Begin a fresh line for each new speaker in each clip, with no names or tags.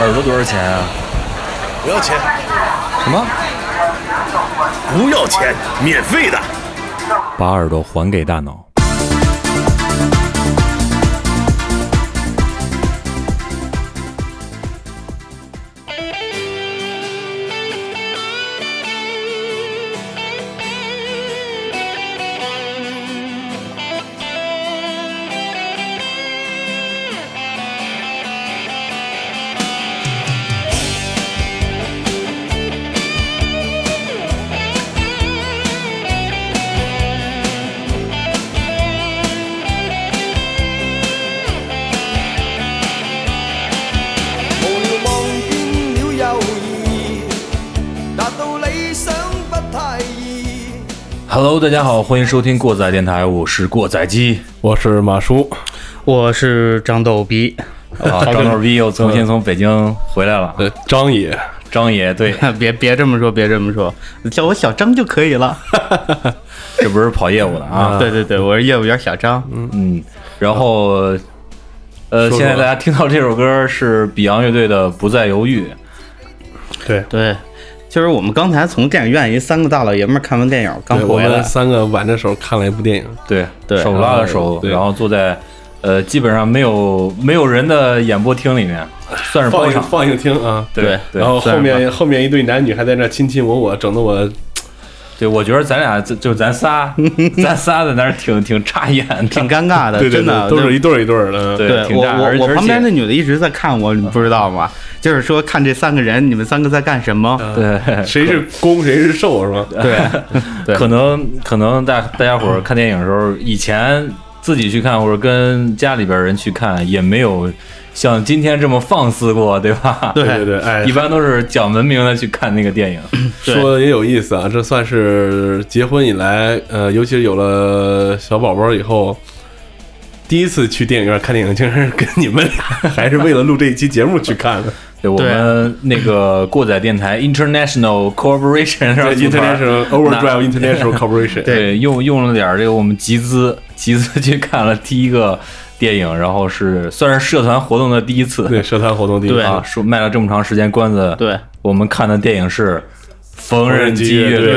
耳朵多少钱啊？
不要钱，
什么？
不要钱，免费的。
把耳朵还给大脑。
无聊望见了幼儿，达到理想不太易。
Hello，大家好，欢迎收听过载电台，我是过载机。
我是马叔，
我是张逗逼，
啊，张豆逼又重新从北京回来了。
呃，张野，
张爷， 对，
别别这么说，别这么说，叫我小张就可以了。
这不是跑业务的啊。
对对对，我是业务员小张。
嗯，然后，呃，
说
现在大家听到这首歌是 Beyond 乐队的《不再犹豫》。
对，
对，就是我们刚才从电影院一三个大老爷们儿看完电影刚
对我
回
们
来，
三个挽着手看了一部电影，
对
对
手拉着手，
对
然后坐在呃基本上没有没有人的演播厅里面，算是包
放映
场。
放映厅啊。
对
对，
对
然后
虽
后
然
面后面一对男女还在那亲亲我我，整得我
对，我觉得咱俩就就咱仨，咱仨在那儿挺挺差眼的，
挺尴尬的，
对对
真的
对，都
那
是一对儿一对儿的。
对
对
挺
我
尬而
我我
而
旁边
且
那女的一直在看我，你不知道吗？就是说看这三个人，你们三个在干什么？
对。
谁是攻谁是受是吧？
对， 对
可能可能大大家伙儿看电影的时候，以前自己去看或者跟家里边人去看，也没有像今天这么放肆过，对吧？
对
对对，哎
一，般都是讲文明的去看那个电影。
说的也有意思啊，这算是结婚以来，呃，尤其是有了小宝宝以后。第一次去电影院看电影，竟然是跟你们俩， 还是为了录这一期节目去看的。
对我
对啊
们那个过载电台 International Corporation 上
对
组团
，International Overdrive International Corporation，
对，用用了点儿这个我们集资集资去看了第一个电影，然后是算是社团活动的第一次。
对，社团活动地
对
啊，
方，
说卖了这么长时间关子，
对，
我们看的电影是《缝纫机乐队
对》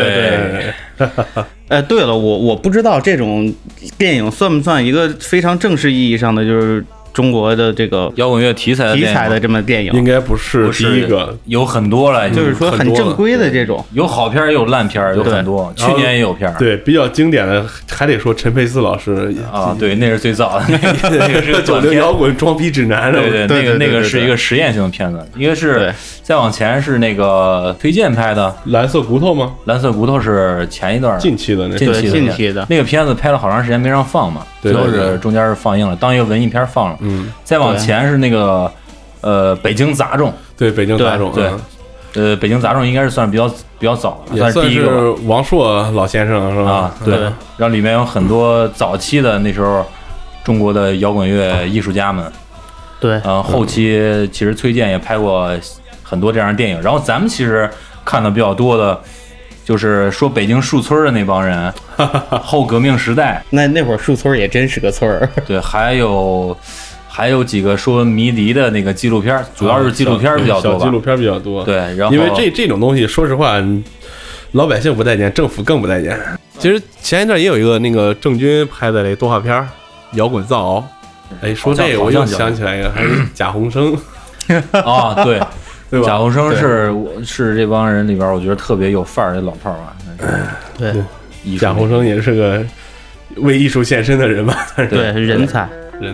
对，
哎，对了，我我不知道这种电影算不算一个非常正式意义上的，就是中国的这个
摇滚乐题材的
题
电影
材的这么电影，
应该不是
不
第
是
一个。
有很多了，
嗯就是说
很多
很
了
正规的这种。
有好片儿，也有烂片儿，有
对
很多。去
然后
年也有片儿，
对，比较经典的还得说陈佩斯老师，
啊，对，那是最早的，那个是个
九
短
零
片。
摇滚装逼指 南，
对对，那
对
个
对
那个
对
是一个实验性的片子，应该是
对
再往前是那个推荐拍的，
蓝色骨头吗？
《蓝色骨头》是前一段儿
近期的那
近期的
对
片
近期的
那个片子拍了好长时间没让放嘛，
对
最
对
后
对
是中间是放映了，当一个文艺片儿放了。
嗯，
再往前是那个呃北京杂种，
对，北京杂种，
对
嗯
呃北京杂种应该是算比较比较早的，
也
算
算
第一
是嗯
个吧
王朔老先生是吧
啊？，对。然后里面有很多早期的那时候中国的摇滚乐艺术家们，
对
呃后期其实崔健也拍过很多这样的电影，然后咱们其实看的比较多的。就是说北京树村的那帮 人，后革命时代，
那那会儿树村也真是个村儿，
对，还有还有几个说迷笛的那个纪录片儿，主要是纪录片儿比较多
啊小纪
吧
录。片比较多。，
对，然后
因为这这种东西，说实话，你老百姓不待见，政府更不待见。
嗯
其实前一段也有一个那个郑钧拍的那动画片儿《摇滚藏獒》，哎，说这个
好
我
像好像
又想起来一个，还 是贾宏声，
啊，对，
对吧？
贾宏声
对
是我是这帮人里边儿，我觉得特别有范儿的老炮儿吧。
对
艺术
贾宏声也是个为艺术献身的人吧，算是
对人才，
人。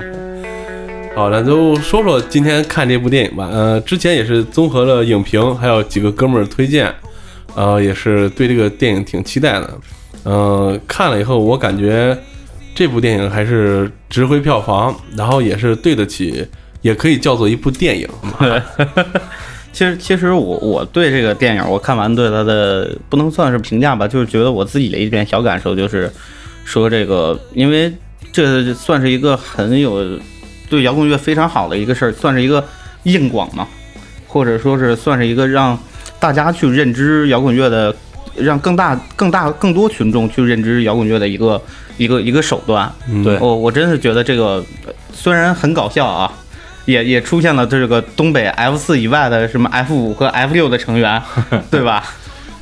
好，咱就说说今天看这部电影吧。呃，之前也是综合了影评，还有几个哥们儿推荐，呃，也是对这个电影挺期待的。呃，看了以后，我感觉这部电影还是值回票房，然后也是对得起，也可以叫做一部电影。
其实，其实我我对这个电影，我看完对它的不能算是评价吧，就是觉得我自己的一点小感受，就是说这个，因为这算是一个很有对摇滚乐非常好的一个事儿，算是一个硬广嘛，或者说是算是一个让大家去认知摇滚乐的，让更大、更大、更多群众去认知摇滚乐的一个一个一个手段。
嗯
对
我我真是觉得这个呃虽然很搞笑啊，也也出现了这个东北 F 四以外的什么 F 五和 F 六的 成员，对吧？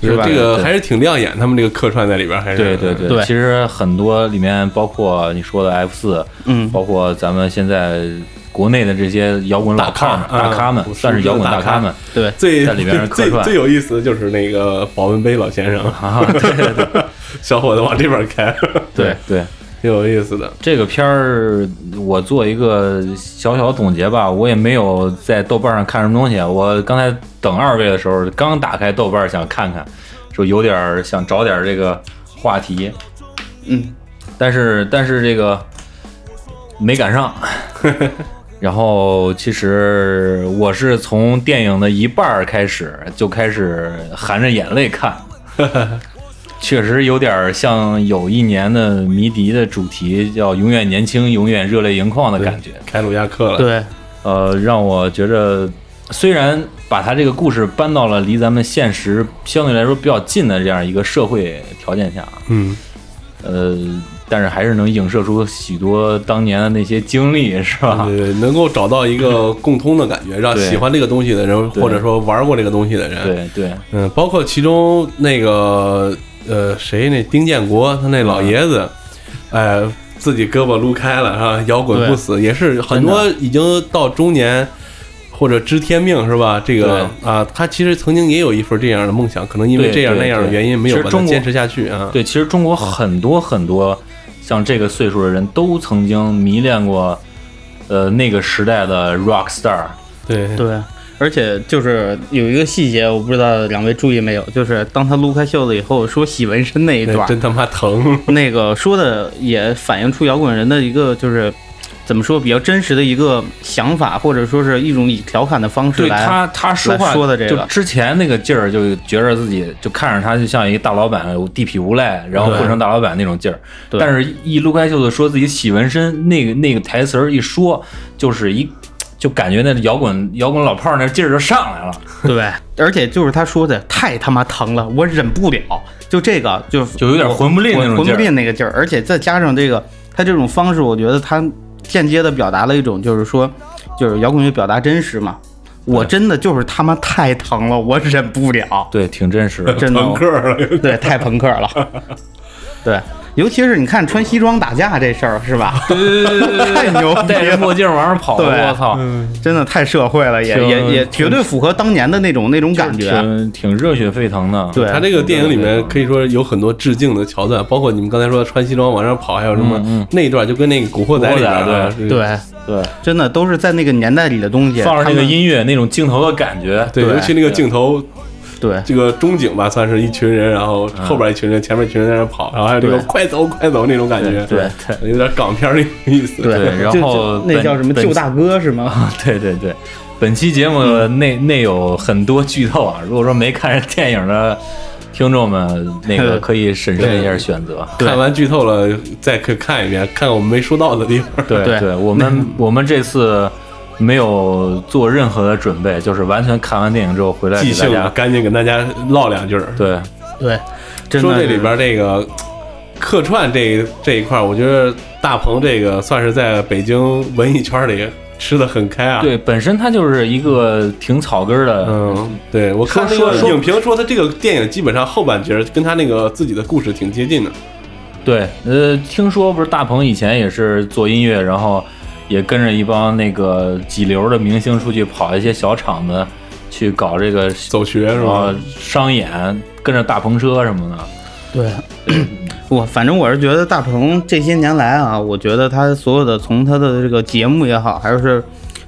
就是
是吧
这个
对
还是挺亮眼，他们这个客串在里边还是
对对对，
对
其实很多里面包括你说的 F 四，
嗯
包括咱们现在国内的这些摇滚老炮
大咖
儿大咖们
嗯，
算是摇滚大咖们。
对，
最
在里边是客
最
串
最有意思的就是那个保温杯老先生，
啊，对对对
小伙子往这边开，
对对，
挺有意思的。
这个片儿我做一个小小总结吧，我也没有在豆瓣上看什么东西。啊我刚才等二位的时候，刚打开豆瓣想看看，说有点儿想找点儿这个话题，
嗯，
但是但是这个没赶上。然后其实我是从电影的一半儿开始就开始含着眼泪看，确实有点儿像有一年的迷笛的主题叫“永远年轻，永远热泪盈眶”的感觉。
开鲁亚克了，
对，
呃，让我觉着虽然把他这个故事搬到了离咱们现实相对来说比较近的这样一个社会条件下啊，
嗯，
呃，但是还是能影射出许多当年的那些经历，是吧？
对，能够找到一个共通的感觉，让
啊对
喜欢这个东西的人，
对
或者说玩过这个东西的人，，
对对
嗯，包括其中那个呃谁那丁建国他那老爷子，哎、
嗯
自己胳膊撸开了啊，摇滚不死，也是很多已经到中年或者知天命是吧？这个啊，他其实曾经也有一份这样的梦想，可能因为
对
这样
对
那样的
对
原因没
其
有
实
把它
中国
坚持下去啊。
对，其实中国很多很多像这个岁数的人都曾经迷恋过，呃，那个时代的 rock star。
对对
对，而且就是有一个细节，我不知道两位注意没有，就是当他撸开袖子以后说洗纹身那一段，
真他妈疼！
那个说的也反映出摇滚人的一个就是怎么说比较真实的一个想法，或者说是一种以调侃的方式
对
来。
他，他说话
来说的这个
就之前那个劲儿，就觉着自己就看着他就像一个大老板，地痞无赖，然后混成大老板那种劲儿。
对
但是，一撸开袖子说自己洗纹身，那个那个台词儿一说，就是一就感觉那摇滚摇滚老炮儿那劲儿就上来了，
对，而且就是他说的太他妈疼了，我忍不了。就这个，就
就有点魂不吝那
魂
种
魂
劲
不
儿。
吝那个劲儿，而且再加上这个他这种方式，我觉得他间接的表达了一种就是说，就是摇滚乐表达真实嘛。我真的就是他妈太疼了，我忍不 了，
对，挺真实的。
真的。
朋克了，
对，太朋克了。对，尤其是你看穿西装打架这事儿，是吧？
对对对对对，
太牛逼
戴着墨
了，
镜往上跑，
对嗯
我操，
真的太社会了，也
挺
也也绝对符合当年的那种那种感觉。
挺挺热血沸腾的。
对，
他这个电影里
嗯
面可以说有很多致敬的桥段，包括你们刚才说穿西装往上跑，还有什么
嗯嗯
那一段就跟那个《古惑仔》里边
古惑
啊
仔
是
对，
对，
真的都是在那个年代里的东西。
放着那
他
个
们，
音乐，那种镜头的感觉，
对，
对
尤其那个镜头，
对
这个中景吧，算是一群人，然后后边一群人，前面一群人在那跑，然后还有这个
对
快走快走那种感觉，嗯
对
有点港片那个意思。
对然
就
后
就那
本
叫什么
本
舅大哥是吗？
对对对，本期节目内、内有很多剧透啊，如果说没看这电影的听众们，那个可以审慎一下选择。
看完剧透了，再可以看一遍，看看我们没说到的地方。
对
对
对，我 们我们这次没有做任何的准备，就是完全看完电影之后回来给
即
大
兴的，
家。
赶紧跟大家唠两句儿。
对，
对，真
说
的
这
是
里边这个客串这这一块儿，我觉得大鹏这个算是在北京文艺圈里吃的很开啊。，
对，本身它就是一个挺草根儿的，
嗯，对我看那
说
个
说
影评说他这个电影基本上后半截儿跟他那个自己的故事挺接近的。
对，呃，听说不是大鹏以前也是做音乐，然后也跟着一帮那个几流的明星出去跑一些小场子，去搞这个
走学是吧
嗯
呃？商演，跟着大篷车什么的。
对， 我反正我是觉得大鹏这些年来啊，我觉得他所有的从他的这个节目也好，还是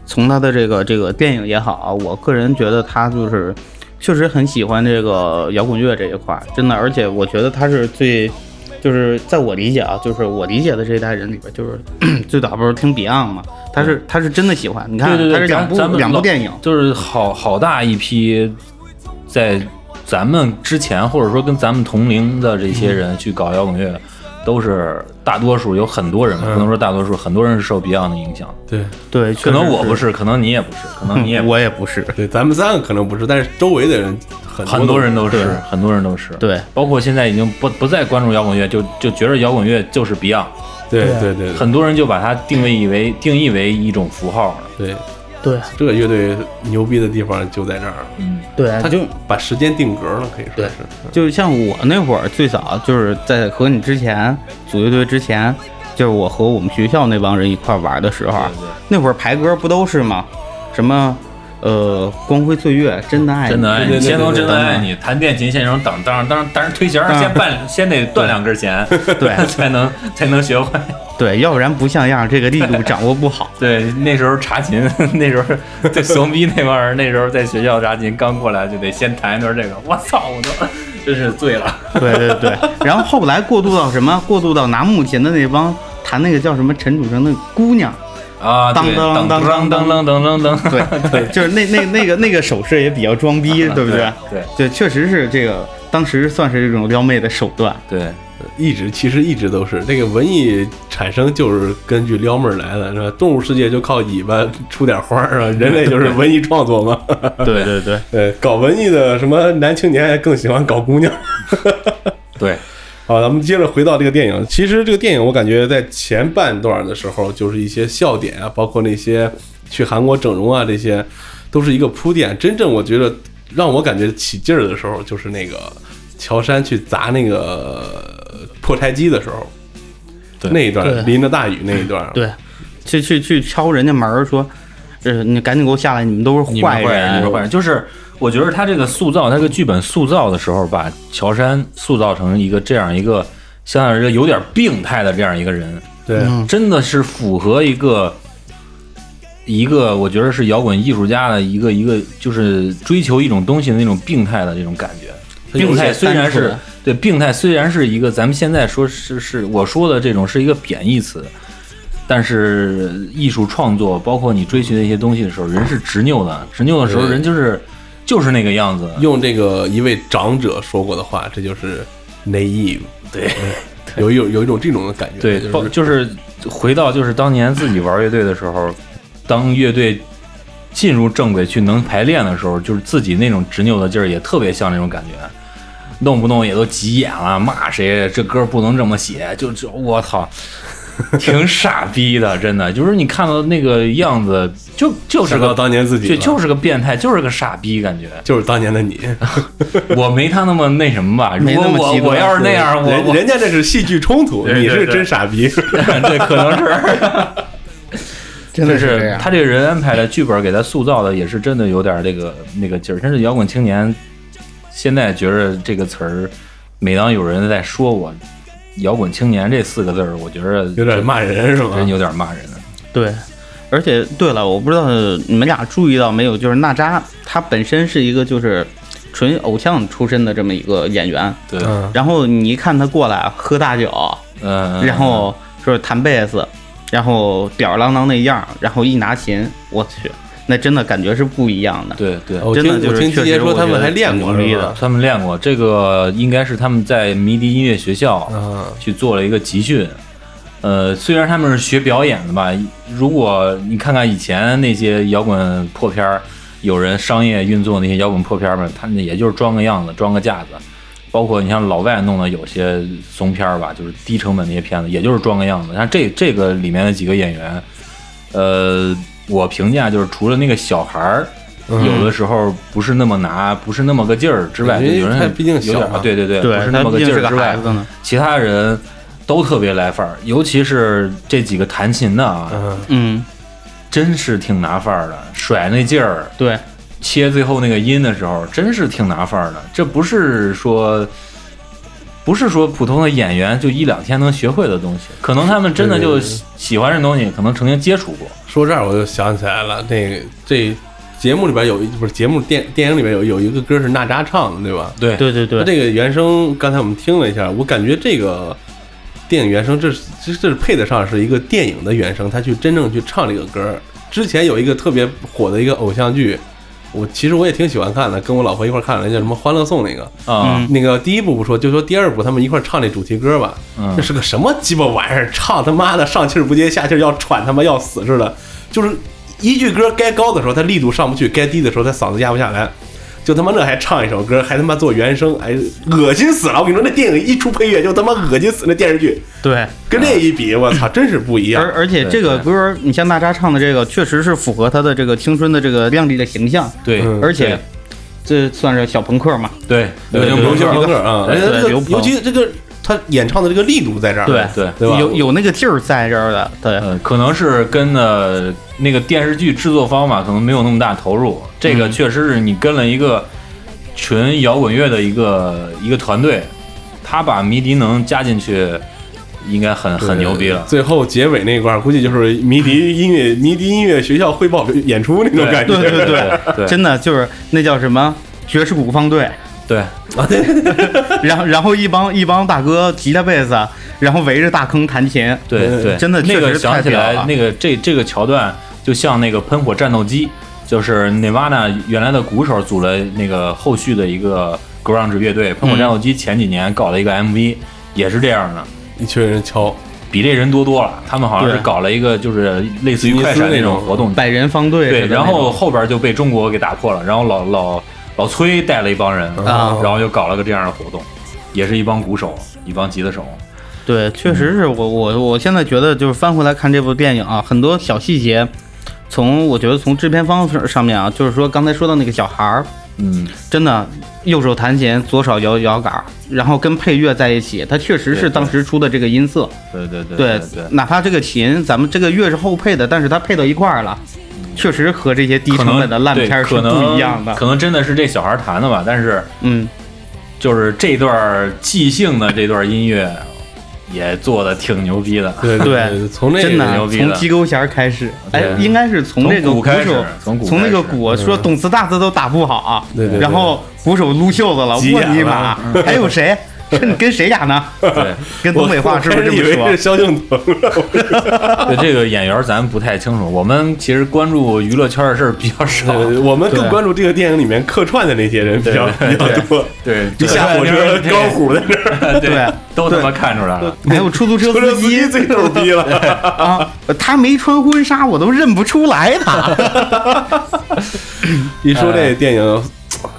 从他的这个这个电影也好啊，我个人觉得他就是确实很喜欢这个摇滚乐这一块儿，真的，而且我觉得他是最。就是在我理解啊，就是我理解的这一代人里边，就是 最早不是听 Beyond 嘛，他是他是真的喜欢，你看
对对对，
他是两
咱咱
部
们
两部
老
电影，
就是好好大一批，在咱们之前或者说跟咱们同龄的这些
嗯
人去搞摇滚乐，都是大多数有很多人，不能说大多数，很多人是受 Beyond 的影响。
对
对，
可
嗯确
能
实
我不是，可能你也不是，可能你也
嗯，
不
我也不是，
对，咱们三个可能不是，但是周围的人很
很多人
都
都
对
是，很多人都是。
对，
包括现在已经不不再关注摇滚乐，就就觉得摇滚乐就是 Beyond，
对对对对
很多人就把它定位以为定义为一种符号了。
对。
对
这个乐队牛逼的地方就在这儿，
对，
他
就
就把时间定格了，可以说
对
是。
就像我那会儿最早就是在和你之前组乐队之前，就是我和我们学校那帮人一块儿玩的时候，啊那会儿排歌不都是吗？什么呃，光辉岁月，真的爱你，
真的爱
对
你，
对对
先从
对
真
对
的爱你弹电琴，现场当当当当然推弦儿
嗯
先绊，先得断两根弦，
对
才能才能学会。
对，要不然不像样，这个力度掌握不好。
对，那时候查琴，那时候对怂逼那帮人，那时候在学校查琴，刚过来就得先弹一段这个，我操，我都真是醉了。
对对对，然后后来过渡到什么？过渡到拿木琴的那帮弹那个叫什么陈楚生的姑娘，
啊，对
当当
当当
当
当当当当，
对对，就是那那那个那个手势也比较装逼，对不对？
对
对，确实是这个，当时算是这种撩妹的手段。
对
一直其实一直都是这个文艺产生就是根据撩妹儿来的，是吧？动物世界就靠尾巴出点花儿啊，人类就是文艺创作嘛。
对对对，
对，搞文艺的什么男青年更喜欢搞姑娘。
对，
好，咱们接着回到这个电影。其实这个电影我感觉在前半段的时候，就是一些笑点啊，包括那些去韩国整容啊，这些都是一个铺垫。真正我觉得让我感觉起劲儿的时候，就是那个乔杉去砸那个破拆机的时候，
对
那一
对
段淋着大雨那一段，
对
去去去敲人家门儿说，呃，你赶紧给我下来，你们都是
你们
坏
坏人，你们坏人，就是我觉得他这个塑造，他这个剧本塑造的时候，把乔杉塑造成一个这样一个，相当于一个有点病态的这样一个人，
对
嗯
真的是符合一个一个，我觉得是摇滚艺术家的一个一个，就是追求一种东西的那种病态的这种感觉。病态虽然是对病态虽然是一个咱们现在说是是我说的这种是一个贬义词，但是艺术创作包括你追寻的一些东西的时候，人是执拗的，执拗的时候
对
人就是就是那个样子。
用这个一位长者说过的话，这就是 naive，对，有一种有一种这种的感觉，
对，
就
包
是
就是回到就是当年自己玩乐队的时候，当乐队进入正轨去能排练的时候，就是自己那种执拗的劲儿也特别像那种感觉，弄不弄也都急眼了，骂谁这歌不能这么写，就就我操。挺傻逼的，真的，就是你看到那个样子，就就是
想到
个
当年自己
对，
了
就是个变态，就是个傻逼，感 觉
就是当年的你，
我没他那么那什么吧。如
没
果
那么
我
极端
我要是那样，我
人
我
人家啊这是戏剧冲突，
对对
你是
对
真傻 逼。
对，可能是。
真
就
的这
是
样。
他这个人安排的剧本给他塑造的也是真的有点那个那个劲儿，真是摇滚青年。现在觉着这个词儿，每当有人在说我“摇滚青年”这四个字儿，我觉着
有点骂人是吧？
真有点骂人。
对。而且，对了，我不知道你们俩注意到没有，就是娜扎，她本身是一个就是纯偶像出身的这么一个演员。
对，
嗯，
然后你一看她过来喝大酒，
嗯，
然后说弹贝斯，然后吊儿郎当那样儿，然后一拿琴，我去，那真的感觉是不一样的。
对对，
我
真
听
的就是
我听季
确
杰
实
说
我
他们
觉得
还练
挺
过
牛逼
是吧
的
他们练过这个，应该是他们在迷笛音乐学校
嗯，
去做了一个集训。呃，虽然他们是学表演的吧，如果你看看以前那些摇滚破片儿，有人商业运作那些摇滚破片儿嘛，他们也就是装个样子，装个架子。包括你像老外弄的有些怂片儿吧，就是低成本那些片子，也就是装个样子。但这这个里面的几个演员，呃，我评价就是除了那个小孩儿，有的时候不是那么拿，不是那么个劲儿之外，
因为
有人
哎他毕竟小啊
有点啊
嘛
对对对，
对
不是
他
那么
毕
劲
竟是
儿
个
之外
孩子呢，
其他人都特别来范儿，尤其是这几个弹琴的啊，
嗯，
嗯，
真是挺拿范儿的，甩那劲儿，
对，
切最后那个音的时候，真是挺拿范儿的。这不是说，不是说普通的演员就一两天能学会的东西，可能他们真的就
对对对
喜喜欢这东西，可能曾经接触过。
说这儿我就想起来了，那个这节目里边有一不是节目电电影里边有有一个歌是娜扎唱的，对吧？
对
对对
他
对，
这个原声刚才我们听了一下，我感觉这个电影原声这是这这是配得上是一个电影的原声，他去真正去唱这个歌儿。之前有一个特别火的一个偶像剧，我其实我也挺喜欢看的，跟我老婆一块儿看的，叫什么《欢乐颂》那个。
啊，
嗯
那个第一部不说，就说第二部他们一块儿唱那主题歌吧。
嗯
这是个什么鸡巴玩意儿？唱他妈的上气儿不接下气儿，要喘他妈要死似的。就是一句歌该高的时候他力度上不去，该低的时候他嗓子压不下来。就他妈那还唱一首歌，还他妈做原声，哎，恶心死了！我跟你说，那电影一出配乐就他妈恶心死，那电视剧
对，
跟这一比，我操，真是不一样。
而而且这个歌，你像娜扎唱的这个，确实是符合她的这个青春的这个靓丽的形象，
对
嗯
而且这算是小朋克嘛，
对
对，
流
刘
行朋克，
克啊，而且
对
这个
刘鹏
尤其这个他演唱的这个力度在这儿，
对
对吧？
有有那个劲儿在这儿的，对，
呃，可能是跟呃那个电视剧制作方法可能没有那么大投入，这
嗯
个确实是你跟了一个纯摇滚乐的一个一个团队，他把迷笛能加进去，应该很很牛逼了。
最后结尾那一块儿，估计就是迷笛音乐迷笛音乐学校汇报演出那种感觉。
对对
对
真的就是那叫什么爵士鼓 方队，
对
然后然后一帮一帮大哥吉他贝斯，然后围着大坑弹琴，嗯
对对，
呃真的
那
确
个
实
想
太
起
屌
来
了，
那个这这个桥段就像那个喷火战斗机，就是 Nirvana 原来的鼓手组了那个后续的一个 grunge 乐队，
嗯
喷火战斗机前几年搞了一个 MV，也是这样的。
一群人敲，
比这人多多了。他们好像是
对
搞了一个就是类似于快闪那种活动，
百人方队
对，
似的
然
那种
后后边就被中国给打破了，然后老老老崔带了一帮人，
啊
然后又搞了个这样的活动，也是一帮鼓手，一帮吉他手，
对，确实是
嗯
我我我现在觉得就是翻回来看这部电影啊，很多小细节，从我觉得从制片方式上面啊，就是说刚才说到那个小孩儿，
嗯，
真的右手弹琴，左手摇摇杆儿，然后跟配乐在一起，它确实
对
是
对
当时出的这个音色。
对对对
对
对对，
哪怕这个琴咱们这个乐是后配的，但是它配到一块儿了，确实和这些低
可
成
能
本的烂片
对
儿是
可
不
能
一样的
可。能真的是这小孩弹的吧，但是
嗯，
就是这段即兴的这段音乐也做的挺牛逼 的，
对
对
从那
真
个
的
牛逼
从
了
鸡钩弦儿开始，哎
对，
应该是从这个
从鼓
鼓
开
手
始，嗯从鼓
从那个
开始
鼓说懂词大字都打不好啊，
对对对
然后鼓手撸袖子了，
急
我
眼
尼
了
玛，还有哎谁？ 跟跟谁 俩呢？
对。
跟东北话是不是这么
我我开始以为
说啊
是？萧敬腾，
对这个演员儿咱不太清楚，我们其实关注娱乐圈的事儿比较少。
呃我们更关注这个电影里面客串的那些人比较比较多。
对，
一下火车高虎在这 儿，
对，
对
都他妈看出来了。
还有出租车
出租车司
机
机最逗逼 了。
啊，他没穿婚纱，我都认不出来他。
一说
哎
这电影，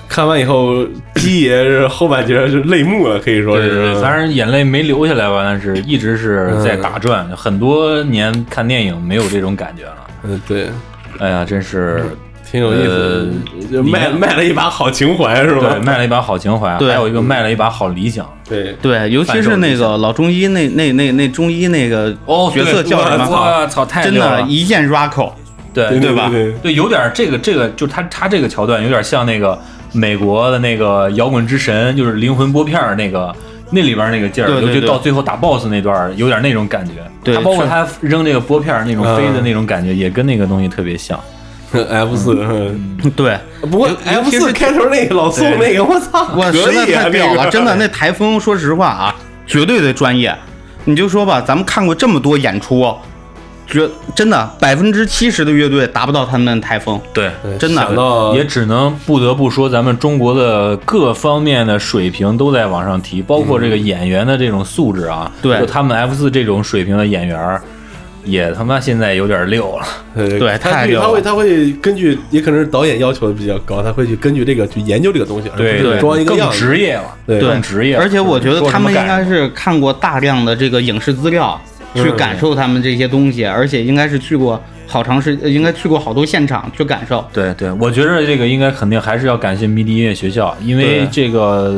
看完以后，鸡爷是后半截是泪目了，可以说
对对
是
对，。反正眼泪没流下来吧，但是一直
嗯
是在打转。很多年看电影没有这种感觉了。
嗯，对，
哎呀，真是
挺有意思
呃
的，就卖
里面
卖了一把好情怀是吧
对，？卖了一把好情怀，啊
对
还有一个卖了一把好理想。
对，
对，尤其是那个老中医那那那那中医那个角色叫什么？
哦
啊
我操，太
真
溜
的，
了
一见 Rocco。
对
哎对
吧
对
对，有点这个这个，就是他他这个桥段有点像那个美国的那个摇滚之神，就是灵魂拨片儿那个那里边儿那个劲儿，
对
尤
对
其
对
到最后打 BOSS 那段儿，有点那种感觉。
对
他包括
是
他扔那个拨片儿那种
嗯
飞的那种感觉，也跟那个东西特别像。
F 四，嗯
对，
不过 F 四开头那个老宋那个，我操，
我
可
实在
以啊
太屌
这
了，
个
真的，那台风，说实话啊，绝对的专业。你就说吧，咱们看过这么多演出，绝真的百分之七十的乐队达不到他们台风。
对。
对
真的
想到
也只能不得不说，咱们中国的各方面的水平都在往上提，包括这个演员的这种素质啊，
嗯对
就他们 F 四这种水平的演员儿，也他妈现在有点溜了。
对
对
他
太
对
溜
他
了
会他会根据，也可能是导演要求比较高，他会去根据这个去研究这个东西，而不
对
是装一个
更
样子。
职业了，
对
更职业了。
而且我觉得
说
他
什
们
么
应
感嗯
该是看过大量的这个影视资料，去感受他们这些东西，而且应该是去过好长时，呃应该去过好多现场去感受。
对对，我觉着这个应该肯定还是要感谢迷笛音乐学校，因为
对
这个，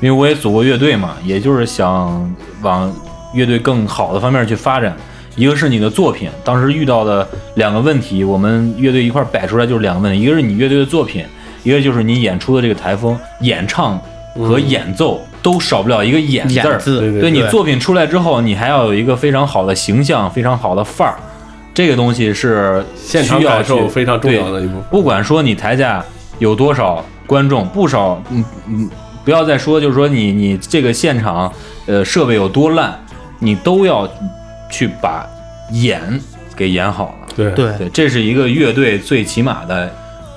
因为我也组过乐队嘛，也就是想往乐队更好的方面去发展。一个是你的作品，当时遇到的两个问题，我们乐队一块儿摆出来就是两个问题，一个是你乐队的作品，一个就是你演出的这个台风，演唱和演奏都少不了一个演字儿。
演字
对对
对你作品出来之后，你还要有一个非常好的形象，非常好的范儿，这个东西是
现场
需要
感受
去
非常重要的一部分
对不管说你台下有多少观众，不少，嗯嗯，不要再说，就是说你你这个现场呃设备有多烂，你都要去把演给演好了。
对
对，
对，这是一个乐队最起码的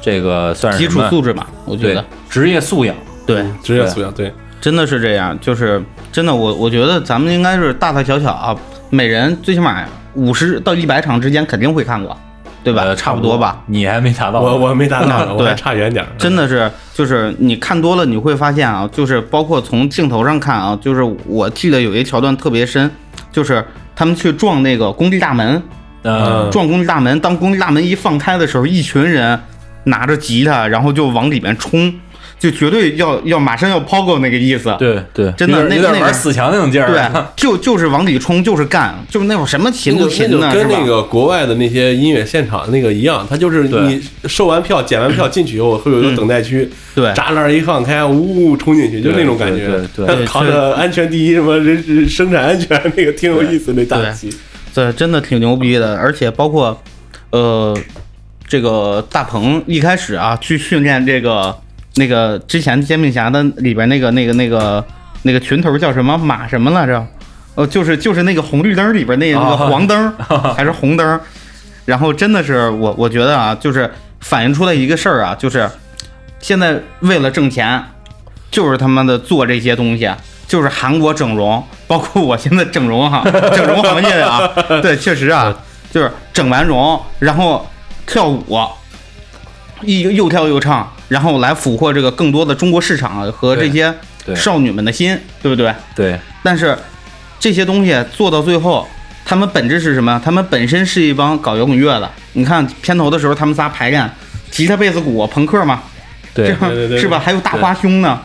这个算是
基础
什么
素质嘛，我觉
对
得
职业素养。
对。
职业素养，对
真的是这样，就是真的我，我觉得咱们应该是大大小小啊，每人最起码五十到一百场之间肯定会看过，对吧？
呃
差不多吧。
你还没达到，
我我没达到呢，我
对
还差远点儿。嗯
真的是，就是你看多了，你会发现啊，就是包括从镜头上看啊，就是我记得有一桥段特别深，就是他们去撞那个工地大门，
嗯，
撞工地大门，当工地大门一放开的时候，一群人拿着吉他，然后就往里面冲，就绝对要要马上要抛够那个意思。
对对，
真的
有点
那
有点
那个
玩死墙那种劲儿，啊
对，就就是往里冲，就是干，就是那会儿什么
那
琴
就
不琴
那
呢，
就是跟
吧
那？个国外的那些音乐现场那个一样，它就是
对
你售完票、检完票进去以后，会有一个等待区，
对
栅栏一放开，呜冲进去，就那种感觉。
对对对
但扛着安全第一什么人人生产安全那个挺有意思那大
对
旗，
对，真的挺牛逼的，而且包括，呃，这个大鹏一开始啊去训练这个那个之前煎饼侠的里边那个那个那个那个群头叫什么马什么来着？呃，就是就是那个红绿灯里边那个那个
啊
黄灯、还是红灯，然后真的是我我觉得啊，就是反映出来一个事儿啊，就是现在为了挣钱，就是他妈的做这些东西，啊就是韩国整容，包括我现在整容 哈，整容行业啊，对，确实啊，就是整完容，然后跳舞，一又跳又唱，然后来俘获这个更多的中国市场和这些
对对
少女们的心，对不对？
对
但是这些东西做到最后，他们本质是什么？他们本身是一帮搞摇滚乐的。你看片头的时候，他们仨排练，吉他、贝斯、鼓，朋克嘛，
对
这
对
样
对对
是吧？还有大花胸 呢，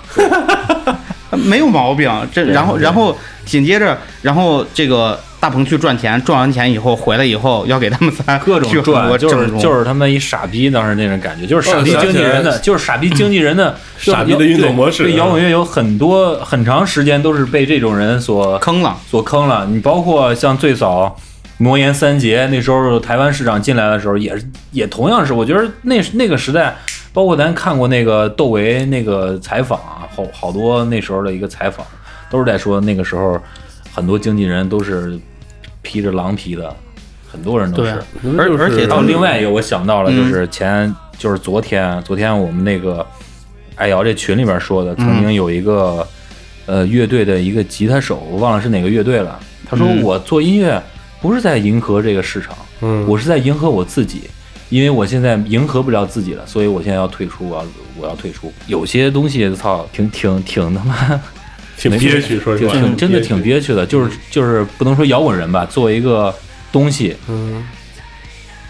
没有毛病。这然后然后紧接着，然后这个大鹏去赚钱，赚完钱以后回来以后要给他们仨
各种
去韩国
赚，就是
整容
就是他妈一傻逼，当时那种感觉，就是傻
哦
逼
想起
经纪人
来
的，
了嗯
就是傻逼经纪人的
傻逼的运动模式嗯
对对摇滚乐有很多很长时间都是被这种人所
坑了。
所坑了。你包括像最早魔岩三杰那时候，台湾市长进来的时候，也是也同样是，我觉得那那个时代，包括咱看过那个窦唯那个采访啊，好好多那时候的一个采访，都是在说那个时候很多经纪人都是披着狼皮的，很多人都
对
是
啊。，
那
而
就是
而且
然
他
后
们
另外一个我想到了，
嗯
就是前、就是昨天，昨天我们那个爱瑶这群里边说的，
嗯
曾经有一个、呃乐队的一个吉他手，我忘了是哪个乐队了，他说
嗯
我做音乐不是在迎合这个市场，
嗯
我是在迎合我自己。因为我现在迎合不了自己了，所以我现在要退出，我要我要退出。有些东西，操，挺挺挺他妈
挺憋屈，说实
挺
话，
挺真的挺
憋
憋屈
屈。
的，就是就是不能说摇滚人吧，作为一个东西，
嗯，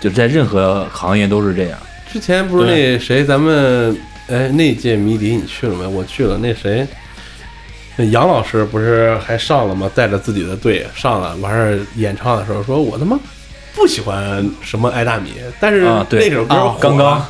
就是在任何行业都是这样。
之前不是那谁，咱们哎那届迷笛你去了没？我去了，那谁。那杨老师不是还上了吗？带着自己的队上了，完事儿演唱的时候说：“我他妈不喜欢什么爱大米，但是
啊对
那首歌火了、
啊刚刚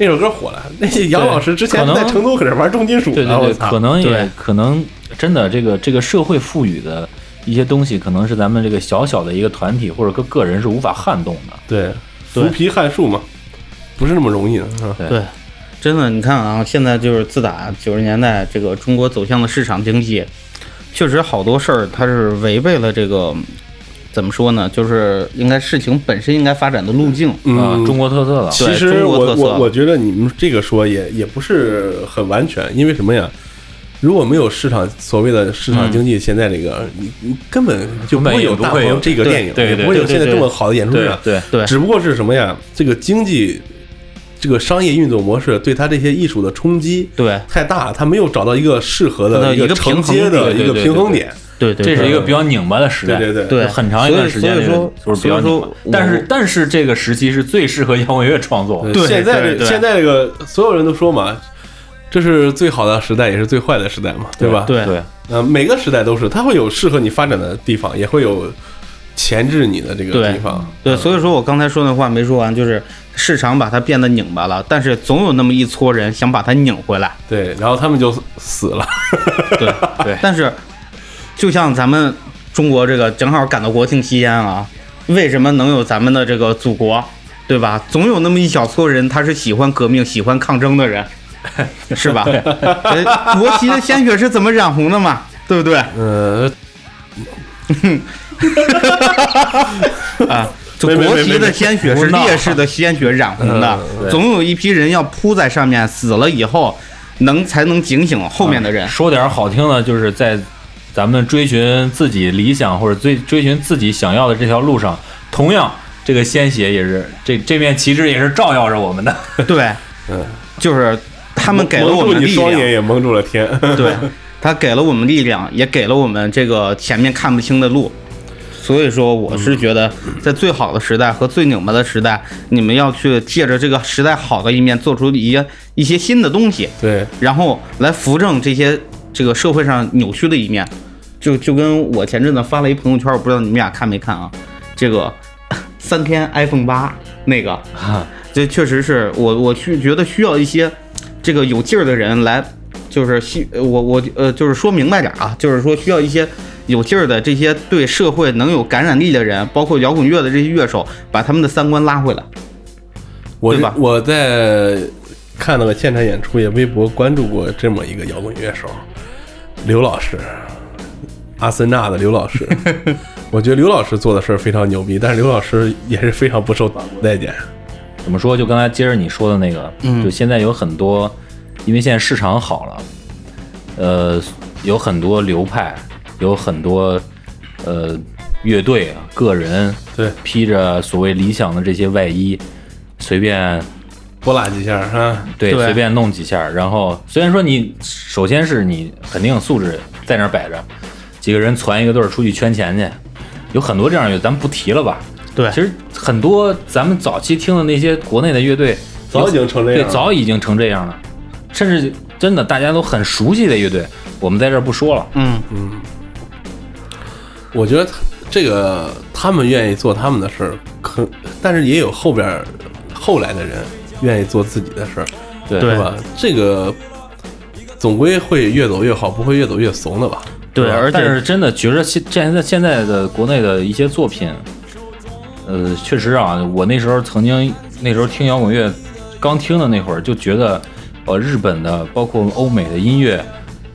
那首歌火了。那杨老师之前
可能
在成都可是玩重金属的，
对对
我
对，
操
可能也
对
可能真的这个这个社会赋予的一些东西，可能是咱们这个小小的一个团体或者个个人是无法撼动的。
对
对
扶皮撼树嘛，不是那么容易的。啊
对
对，真的，你看啊，现在就是自打九十年代这个中国走向了市场经济，确实好多事儿它是违背了这个怎么说呢？就是应该事情本身应该发展的路径。
嗯
啊，中国特色了，
其
对
实
中国
我
特色
我我觉得你们这个说也也不是很完全，因为什么呀？如果没有市场所谓的市场经
嗯
济，现在这个、你你根本就不会
根本也
有
不
大
会有
鹏这个电影，
对对
也
对
不会有
对
现在
对
这么好的演出市
对
场。
对
对
只不过是什么呀？这个经济，这个商业运作模式对他这些艺术的冲击
对
太大了，他没有找到一个适合
它
的
的一
个
个平
承
衡
接的
点
一个
对对
平衡
对
点。
对对
这是一个比较拧巴的时代。
对对
对
很长一段时间
所以
这个就
所以说
是比较
所以说
拧巴
我
但是但是这个时期是最适合摇滚乐创作的。
对
现在这
对对
现在这个所有人都说嘛，这是最好的时代，也是最坏的时代嘛，对吧？
对
对
呃，每个时代都是，它会有适合你发展的地方，也会有钳制你的这个
对
地方。
对，所以说我刚才说那话没说完，就是市场把它变得拧巴了，但是总有那么一撮人想把它拧回来。
对，然后他们就死了。
对
对
但是就像咱们中国这个正好赶到国庆期间啊，为什么能有咱们的这个祖国，对吧？总有那么一小撮人，他是喜欢革命、喜欢抗争的人，是吧？呃国旗的鲜血是怎么染红的嘛？对不对？
呃，
啊，就
没没没
国
没
旗
没嗯
的鲜血是烈士的鲜血染红的，总有一批人要扑在上面，死了以后能才能警醒后面的
啊
人。
说点好听的，就是在咱们追寻自己理想或者追追寻自己想要的这条路上，同样这个鲜血也是这这面旗帜也是照耀着我们的。
对，
嗯，
就是他们给了我
蒙住
们
你
力
双眼，
量，
也蒙住了 天。
对，他给了我们力量，也给了我们这个前面看不清的路。所以说，我
嗯
是觉得在最好的时代和最拧巴的时代，你们要去借着这个时代好的一面，做出一些一些新的东西，
对，
然后来扶正这些这个社会上扭曲的一面。就就跟我前阵子发了一朋友圈，我不知道你们俩看没看啊？这个 三天 iPhone 八那个，这确实是我我去觉得需要一些这个有劲儿的人来，就是需呃我我呃就是说明白点儿啊，就是说需要一些有劲儿的这些对社会能有感染力的人，包括摇滚乐的这些乐手，把他们的三观拉回来。
我
对吧
我在看了个现场演出，也微博关注过这么一个摇滚乐手，刘老师，阿森纳的刘老 师。我觉得刘老师做的事儿非常牛逼，但是刘老师也是非常不受待见。
怎么说？就刚才接着你说的那个，
嗯
就现在有很多，因为现在市场好了，呃，有很多流派，有很多呃乐队啊，个人
对，
披着所谓理想的这些外衣，随便
拨拉几下哈，
对，
对
随便弄几下儿。然后虽然说你首先是你肯定素质在那儿摆着，几个人攒一个队儿出去圈钱去，有很多这样的乐队，咱们不提了吧。
对
其实很多咱们早期听的那些国内的乐队，
早已经成这样
对，早已经成这样了，甚至真的大家都很熟悉的乐队，我们在这儿不说了。
嗯，
我觉得他这个他们愿意做他们的事儿，可但是也有后边儿后来的人愿意做自己的事儿，
对
是吧？这个总归会越走越好，不会越走越怂的吧？
对，而
但
且
是真的觉着现现在现在的国内的一些作品，呃，确实啊，我那时候曾经那时候听摇滚乐，刚听的那会儿就觉得，呃，日本的包括欧美的音乐，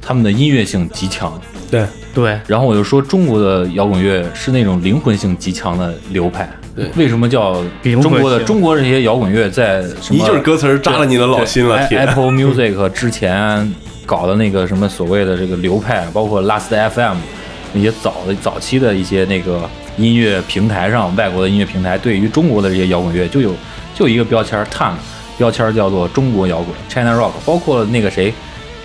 他们的音乐性极强。
对
对
然后我就说中国的摇滚乐是那种灵魂性极强的流派。
对
为什么叫
灵魂
中国的
性
中国这些摇滚乐在什么
一句歌词儿扎了你的老心了，啊
对哎
铁
Apple Music 之前搞的那个什么所谓的这个流派，包括 Last FM 那些早的早期的一些那个音乐平台上，外国的音乐平台对于中国的这些摇滚乐就有就有一个标签儿 Tang，标签儿叫做中国摇滚 China Rock，包括那个谁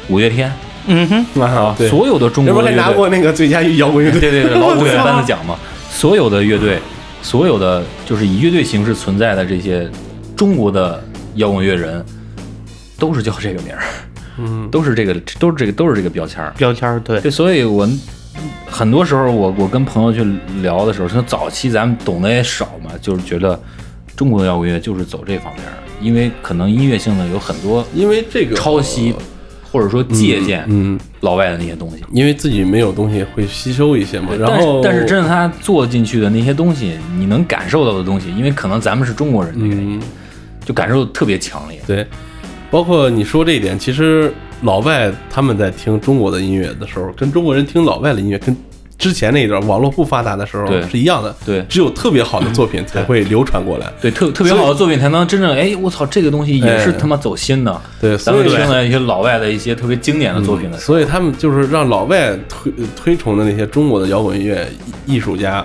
五月天
嗯哼，
啊对，
所有的中
这不
国
是
的乐
还拿
队
过那个最佳摇滚乐 队？
对对对，老五月班子奖嘛， 所有的乐队，所有的就是以乐队形式存在的这些中国的摇滚乐人，都是叫这个名儿，
嗯，
都是这个，都是这个，都是这个标签儿。
标签儿对
对，所以我很多时候我我跟朋友去聊的时候，像早期咱们懂得也少嘛，就是觉得中国的摇滚乐就是走这方面儿，因为可能音乐性呢有很多
因为这个
抄袭或者说借鉴
嗯，
老外的那些东西。
因为自己没有东西会吸收一些嘛，然
但
后
是但是真的他做进去的那些东西，你能感受到的东西，因为可能咱们是中国人的原因，
嗯。
就感受特别强烈。
对，包括你说这一点，其实老外他们在听中国的音乐的时候，跟中国人听老外的音乐，跟之前那一段网络不发达的时候
对
是一样的。
对
只有特别好的作品才会流传过来。
对，特特别
所以
好的作品才能真正，哎，我操，这个东西也是
哎
他妈走心的。
对
咱
所
们
以
听了一些老外的一些特别经典的作品的时候，
所以他们就是让老外推呃推崇的那些中国的摇滚乐艺术家，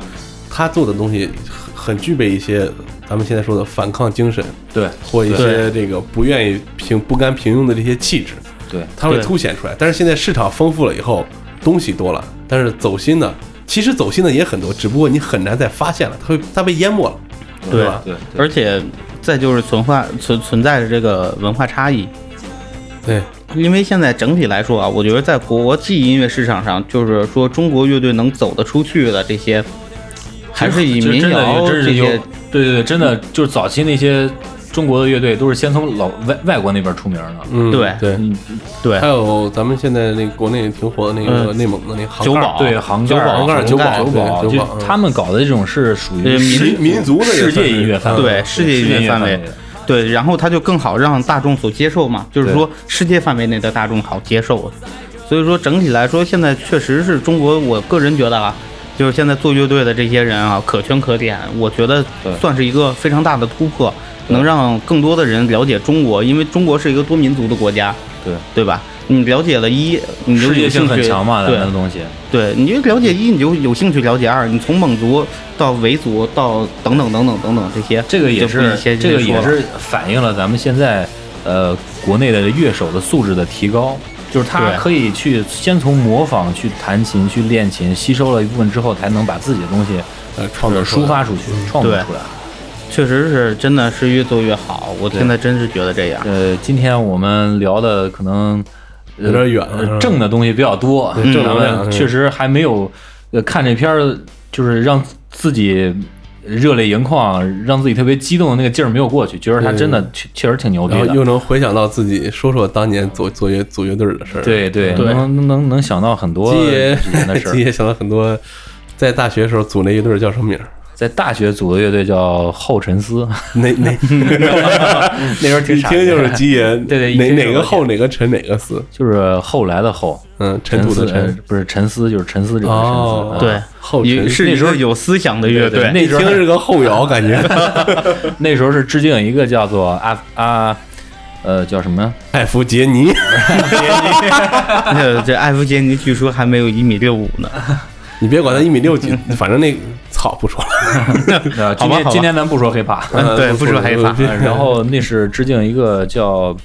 他做的东西很很具备一些咱们现在说的反抗精神，
对
或一些这个不愿意平不甘平庸的这些气质。
对
它会
对
凸显出来。但是现在市场丰富了以后，东西多了，但是走心的，其实走心的也很多，只不过你很难再发现了，它会它被淹没了，
对
是吧？
对
而且再就是存化存存在着这个文化差异，
对，
因为现在整体来说啊，我觉得在国际音乐市场上，就是说中国乐队能走得出去的这些，还是以
就
民
真的
谣
有真
这
是有
些，，
对对对，真的就是早期那些中国的乐队都是先从老外外国那边出名的。
嗯
对
对。
嗯，
对
还有咱们现在那个国内挺火的那个啊
嗯
内蒙的那杭
九
盖儿
堡
对，杭
九
盖儿、
堡
盖儿、
九
堡、
堡
九
对九堡
就他们搞的这种是属于
嗯呃民
世
民族的也
世
算
界
是
音乐范围，
对世界音乐范围
的
对，然后它就更好让大众所接受嘛，就是说世界范围内的大众好接受。所以说整体来说，现在确实是中国，我个人觉得啊，就是现在做乐队的这些人啊，可圈可点，我觉得
对
算是一个非常大的突破，能让更多的人了解中国，因为中国是一个多民族的国家，
对
对吧？你了解了一，你就
世界
有兴
性
趣
很强嘛，咱
对
们的东西。
对，你就了解一，你就有兴趣了解二。你从蒙族到维族到等等等等等等这些，
这个也
就是一些
这个也
说了
是反映了咱们现在呃国内的乐手的素质的提高，就是他
对
可以去先从模仿去弹琴去练琴，吸收了一部分之后，才能把自己的东西
呃，创作出来
抒发出去，创作
对
出来。
确实是真的是越做越好。我现在真是觉得这样。
呃，今天我们聊的可能呃
有点远
呃
是吧
正的东西比较多，
嗯对正
咱
能量
们确实还没有呃看这片儿，就是让自己热泪盈眶，让自己特别激动的那个劲儿没有过去，觉得他
对
真的确确实挺牛逼
然后
的
又。能回想到自己说说当年组组乐组乐队的事儿。，
对对，
对
能能能能想到很多
基爷
以 前的事
基
儿。
爷想到很多，在大学时候组那乐队叫什么名儿？
在大学组的乐队叫后沉思，
哪 哪
那时候挺
一
傻逼的
听就是基爷，
对对一
哪
听
哪
就是
个后哪个陈哪个思，
就是后来的后，
嗯，尘
沉
土
思
的
呃
尘。
不是沉思，就是沉思这个沉
哦
思。啊
对，
后
也
尘
是
那
一
时候
个有思想的乐
对
队
对，那
一
时候
听是个后摇，感觉
那时候是致敬一个叫做阿阿，呃，叫什么？
艾弗哎杰尼，
那 这艾弗杰尼据说还没有一米六五呢。
你别管他一米六几，反正那草不说了。
呃，今
好吧好
天
吧
今天咱不说 hiphop，
嗯
对不说
了
黑怕
别
啊然后那是致敬一个叫，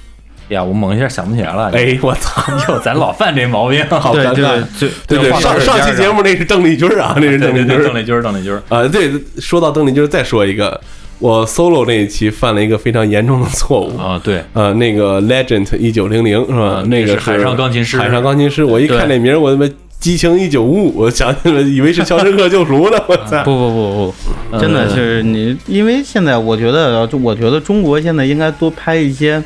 哎呀，我猛一下想不起来了。
哎，我操，
哟，咱老犯这毛病。
好
对
尴
对
尬。
对
对对，
话到
上
这儿
上
边
期
儿
节目那是邓丽君啊，那是
对
邓
对
丽君
对，。邓丽君儿，邓丽君儿。
呃，对，说到邓丽君，再说一个，我 solo 那一期犯了一个非常严重的错误。
啊，对，
呃，那个 Legend 一九零零是吧
啊？
那
这
个
是海上钢琴师
海上钢琴师。我一看
对
那名儿，我他妈激情一九五五，我想起了，以为是《肖申克救赎》呢。我 操！
不不不不， 真的
呃
是你，因为现在我觉得啊，就我觉得中国现在应该多拍一些，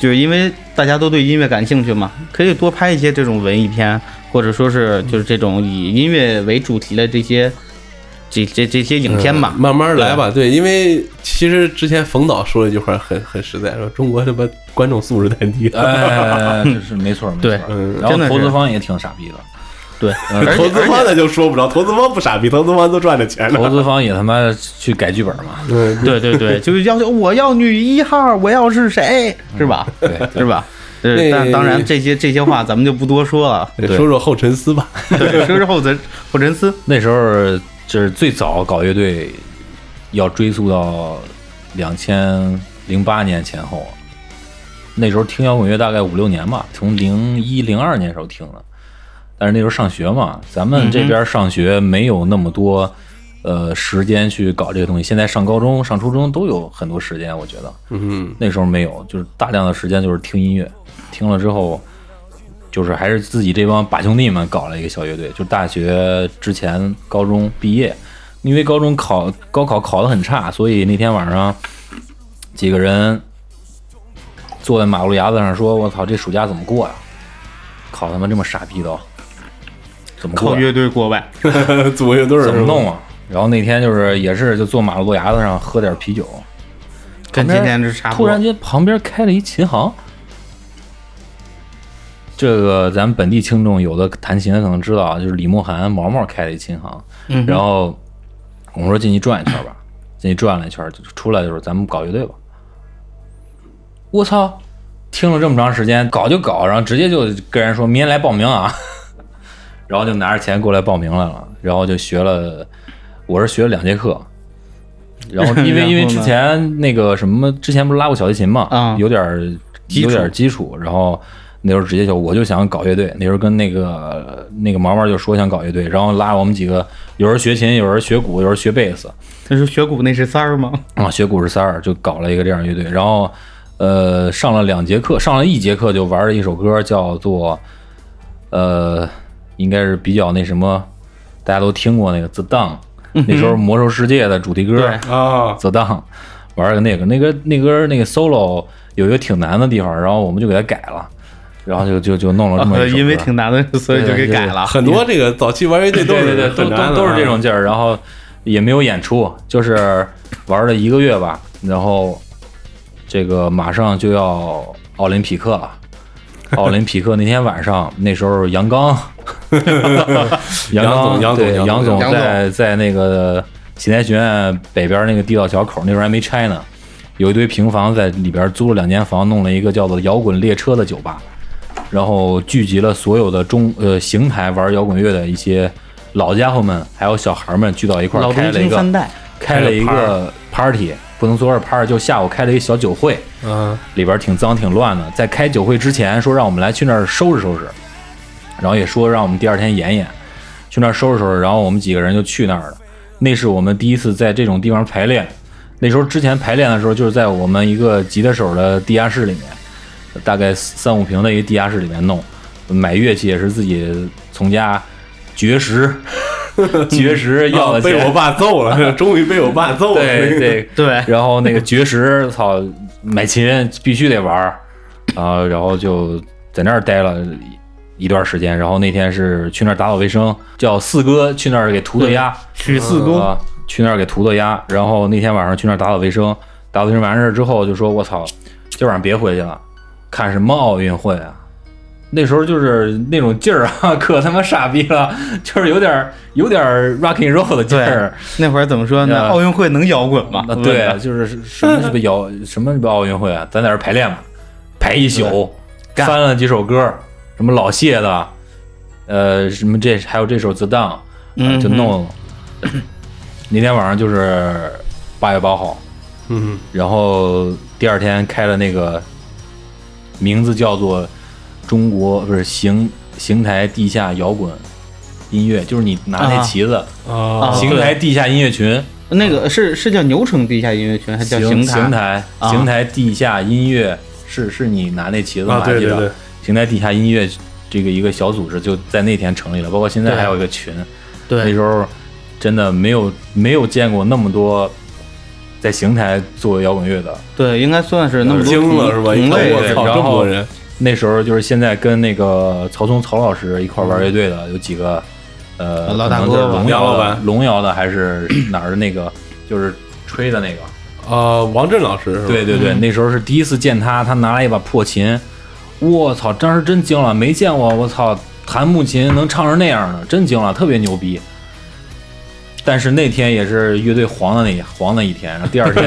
就是因为大家都对音乐感兴趣嘛，可以多拍一些这种文艺片，或者说是就是这种以音乐为主题的这些这这这些影片吧。
慢慢来吧。对，因为其实之前冯导说了一句话很很实在，说中国他妈观众素质太低了。
哎，这是没错，没错
对。
嗯
然
真
后
的
投资
是
方也挺傻逼的，呃
对，而
投
且
资方那就说不着，投资方不傻逼，投资方都赚着钱
投
呢。
资方也他妈去改剧本嘛。
嗯，
对 对 对，就是要求我要女一号，我要是谁，是吧？
嗯对对
是吧？呃
那
但当然这些这些话咱们就不多说了。
对说说后沉思吧。
对， 说是后泽后真丝，
那时候就是最早搞乐队，要追溯到两千零八年前后。那时候听摇滚乐大概五六年吧，从零一零二年时候听的。但是那时候上学嘛，咱们这边上学没有那么多、呃时间去搞这个东西。现在上高中、上初中都有很多时间，我觉得。
嗯，
那时候没有，就是大量的时间就是听音乐，听了之后，就是还是自己这帮把兄弟们搞了一个小乐队，就大学之前高中毕业，因为高中考高考考得很差，所以那天晚上几个人坐在马路牙子上说：“我操，这暑假怎么过呀、考他妈这么傻逼都，怎么过
靠
呀
乐队过外。
组个乐队儿
怎
是
么
吧
弄啊？”然后那天就是也是就坐马路牙子上喝点啤酒，
跟今天是差不
突
多。
然间旁边开了一琴行。这个咱们本地听众有的弹琴的可能知道啊，就是李慕寒毛毛开了一琴行，
嗯哼
然后我们说进去转一圈 吧，进去转了一圈，就出来的时候咱们搞乐队吧。我操！听了这么长时间，搞就搞，然后直接就跟人说明天来报名啊， 然后就拿着钱过来报名来了，然后就学了，我是学了两节课，然后因
然
为
后
因为
呢
之前那个什么，之前不是拉过小提琴嘛，
啊
有点儿
基
有
础
点儿基础，然后那时候直接就我就想搞乐队，那时候跟那个那个毛毛就说想搞乐队，然后拉我们几个，有人学琴，有人学鼓，有人学贝斯，
那是学鼓那是三儿吗？
啊，学鼓十三儿就搞了一个这样乐队，然后呃上了两节课，上了一节课就玩了一首歌，叫做呃应该是比较那什么，大家都听过那个《The Down》，那时候《魔兽世界》的主题歌
对
啊，
The Down，玩了个那个那个那歌、那个 solo 有一个挺难的地方，然后我们就给它改了，然后就就就弄了哦这么一首歌、
啊因为挺难的，所以就给改了。
很多这个早期玩乐队都
对
是
对对，都
很难
都
的
都是
啊
这种劲儿，然后也没有演出，就是玩了一个月吧，然后这个马上就要奥林匹克了。奥林匹克那天晚上，那时候杨 刚，杨刚，
杨总杨总
对
杨
杨总
总
杨总
在在那个邢台学院北边那个地道小口，那时候还没拆呢，有一堆平房在里边租了两间房，弄了一个叫做“摇滚列车”的酒吧，然后聚集了所有的中呃邢台玩摇滚乐的一些老家伙们，还有小孩们聚到一块
老
儿，
中
开了一
青三
个
代
开了一
开了
个 party，不能说是 party，就下午开了一个小酒会，
嗯，
里边挺脏挺乱的。在开酒会之前说让我们来去那儿收拾收拾，然后也说让我们第二天演演，去那儿收拾收拾。然后我们几个人就去那儿了。那是我们第一次在这种地方排练。那时候之前排练的时候，就是在我们一个吉他手的地下室里面，大概三五平的一个地下室里面弄。买乐器也是自己从家绝食，绝食要
啊
的钱。
被我爸揍 了，终于被我爸揍了。
对对
对
然后那个绝食，操，买琴必须得玩儿，啊、然后就在那儿待了一段时间。然后那天是去那儿打扫卫生，叫四哥去那儿给涂涂鸦，
许四哥，
啊，去那儿给涂涂鸦。然后那天晚上去那儿打扫卫生，打扫卫生完事儿之后就说：“我操，今晚上别回去了，看什么奥运会啊！”那时候就是那种劲儿啊， 可他妈傻逼了，就是有点儿有点儿 rock and roll 的劲儿。
那会儿怎么说呢？
啊
奥运会能摇滚吗？嗯
啊，对，就是什么鸡巴摇什么鸡巴奥运会啊，咱在这儿排练吧，排一宿，
干
翻了几首歌，什么老谢的，呃，什么这还有这首《The Down》呃，
嗯
就弄了。那天晚上就是八月八号，
嗯，
然后第二天开了那个名字叫做中国不是邢邢台地下摇滚音乐，就是你拿那
啊
旗子，
啊，
啊
邢
对
台地下音乐群。
那个是是叫牛城地下音乐群，还叫
邢
台？
台
啊
邢台地下音乐是是你拿那旗子吗？
啊对对
还记得
对
邢台地下音乐这个一个小组织就在那天成立了，包括现在
对
还有一个群。那
对
时候真的没有没有见过那么多在邢台做摇滚乐的。
对，应该算是那么多
惊了是吧？一
同
看
类
对
我
对
操，
然
这
后
么多人，
那时候就是现在跟那个曹冲曹老师一块儿玩乐队的有几个，呃，
老大
可能就是
哥吧
龙
杨
瑶
老
的
板
龙瑶的还是 哪儿的那个，就是吹的那个。
啊，王震老师是吧？
对对对，那时候是第一次见他，他拿了一把破琴，我操，当时真惊了，没见过，我操，弹木琴能唱成那样的，真惊了，特别牛逼。但是那天也是乐队黄的那一黄的一天，然后第二 天，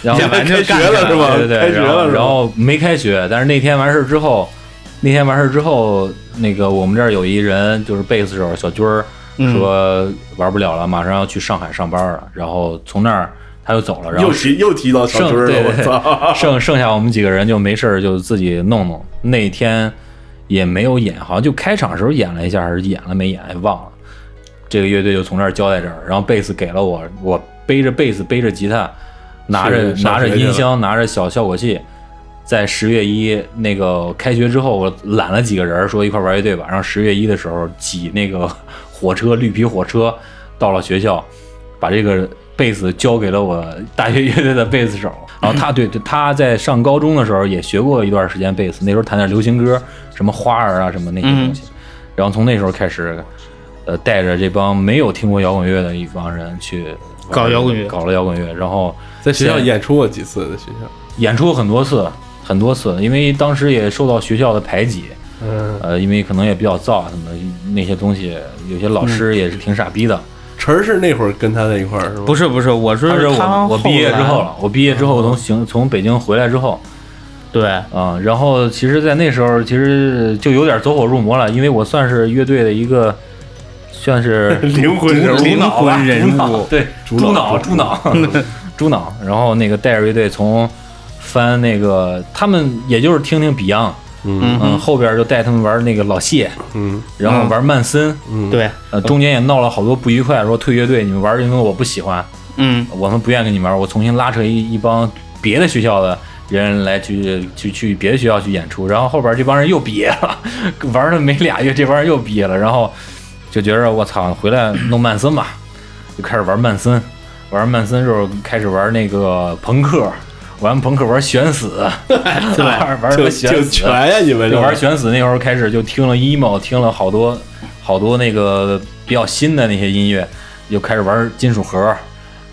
然后
开
完就
学
干起
了
来
是吧
对对
开
对，
学
然后
了是吧
然后没开学，但是那天完事之后，那天完事之后，那个我们这儿有一人就是贝斯手小军儿
嗯
说玩不了了，马上要去上海上班了，然后从那儿他就走了，然后
又提又提到小
剩
军儿
对
了，我
对
操！
剩剩下我们几个人就没事儿就自己弄弄。那天也没有演，好像就开场时候演了一下，还是演了没演忘了。这个乐队就从这儿交代这儿，然后贝斯给了我，我背着贝斯背着吉他，拿着
是
拿
上学
着
去
音
了
箱拿着小效果器，在十月一那个开学之后，我揽了几个人儿说一块儿玩乐队吧。然后十月一的时候挤那个 火车绿皮火车到了学校，把这个贝斯交给了我大学乐队的贝斯 手。然后他对对他在上高中的时候也学过一段时间贝斯，那时候弹点流行歌，什么花儿啊什么那些东西。
嗯
然后从那时候开始，呃，带着这帮没有听过摇滚乐的一帮人去玩
搞摇滚乐
搞了摇滚乐，然后
在学校
现
演出过几次，在学校，
演出很多次，很多次，因为当时也受到学校的排挤，
嗯，
呃，因为可能也比较燥什么的那些东西，有些老师也是挺傻逼的。
晨儿是那会儿跟他在一块儿是吧？
不是不是，我是
但是
他
我我毕业之后
来，
了，我毕业之后从行从北京回来之后
对，
啊、然后其实，在那时候其实就有点走火入魔了，因为我算是乐队的一个算 是
灵魂人
主
物，啊
脑吧
灵魂人物
主脑对，
主
猪
脑
脑，猪脑， 猪脑。然后那个带着乐队从翻那个，他们也就是听听 Beyond，
嗯
嗯，后边就带他们玩那个老谢，
嗯，
然后玩曼森，
嗯
对，
呃，中间也闹了好多不愉快，说退乐队，你们玩因为我不喜欢，
嗯，
我们不愿意跟你们玩，我重新拉扯一一帮别的学校的人来去去去别的学校去演出，然后后边这帮人又毕业了，玩了没俩月，这帮人又毕业了，然后就觉着我操，回来弄曼森吧，就开始玩曼森，玩曼森之后开始玩那个朋克，玩朋克玩悬死， 玩玩什
挺
么悬
挺
死
全，呀，你们这
就玩悬死那会儿开始就听了 emo，听了好多好多那个比较新的那些音乐，就开始玩金属盒。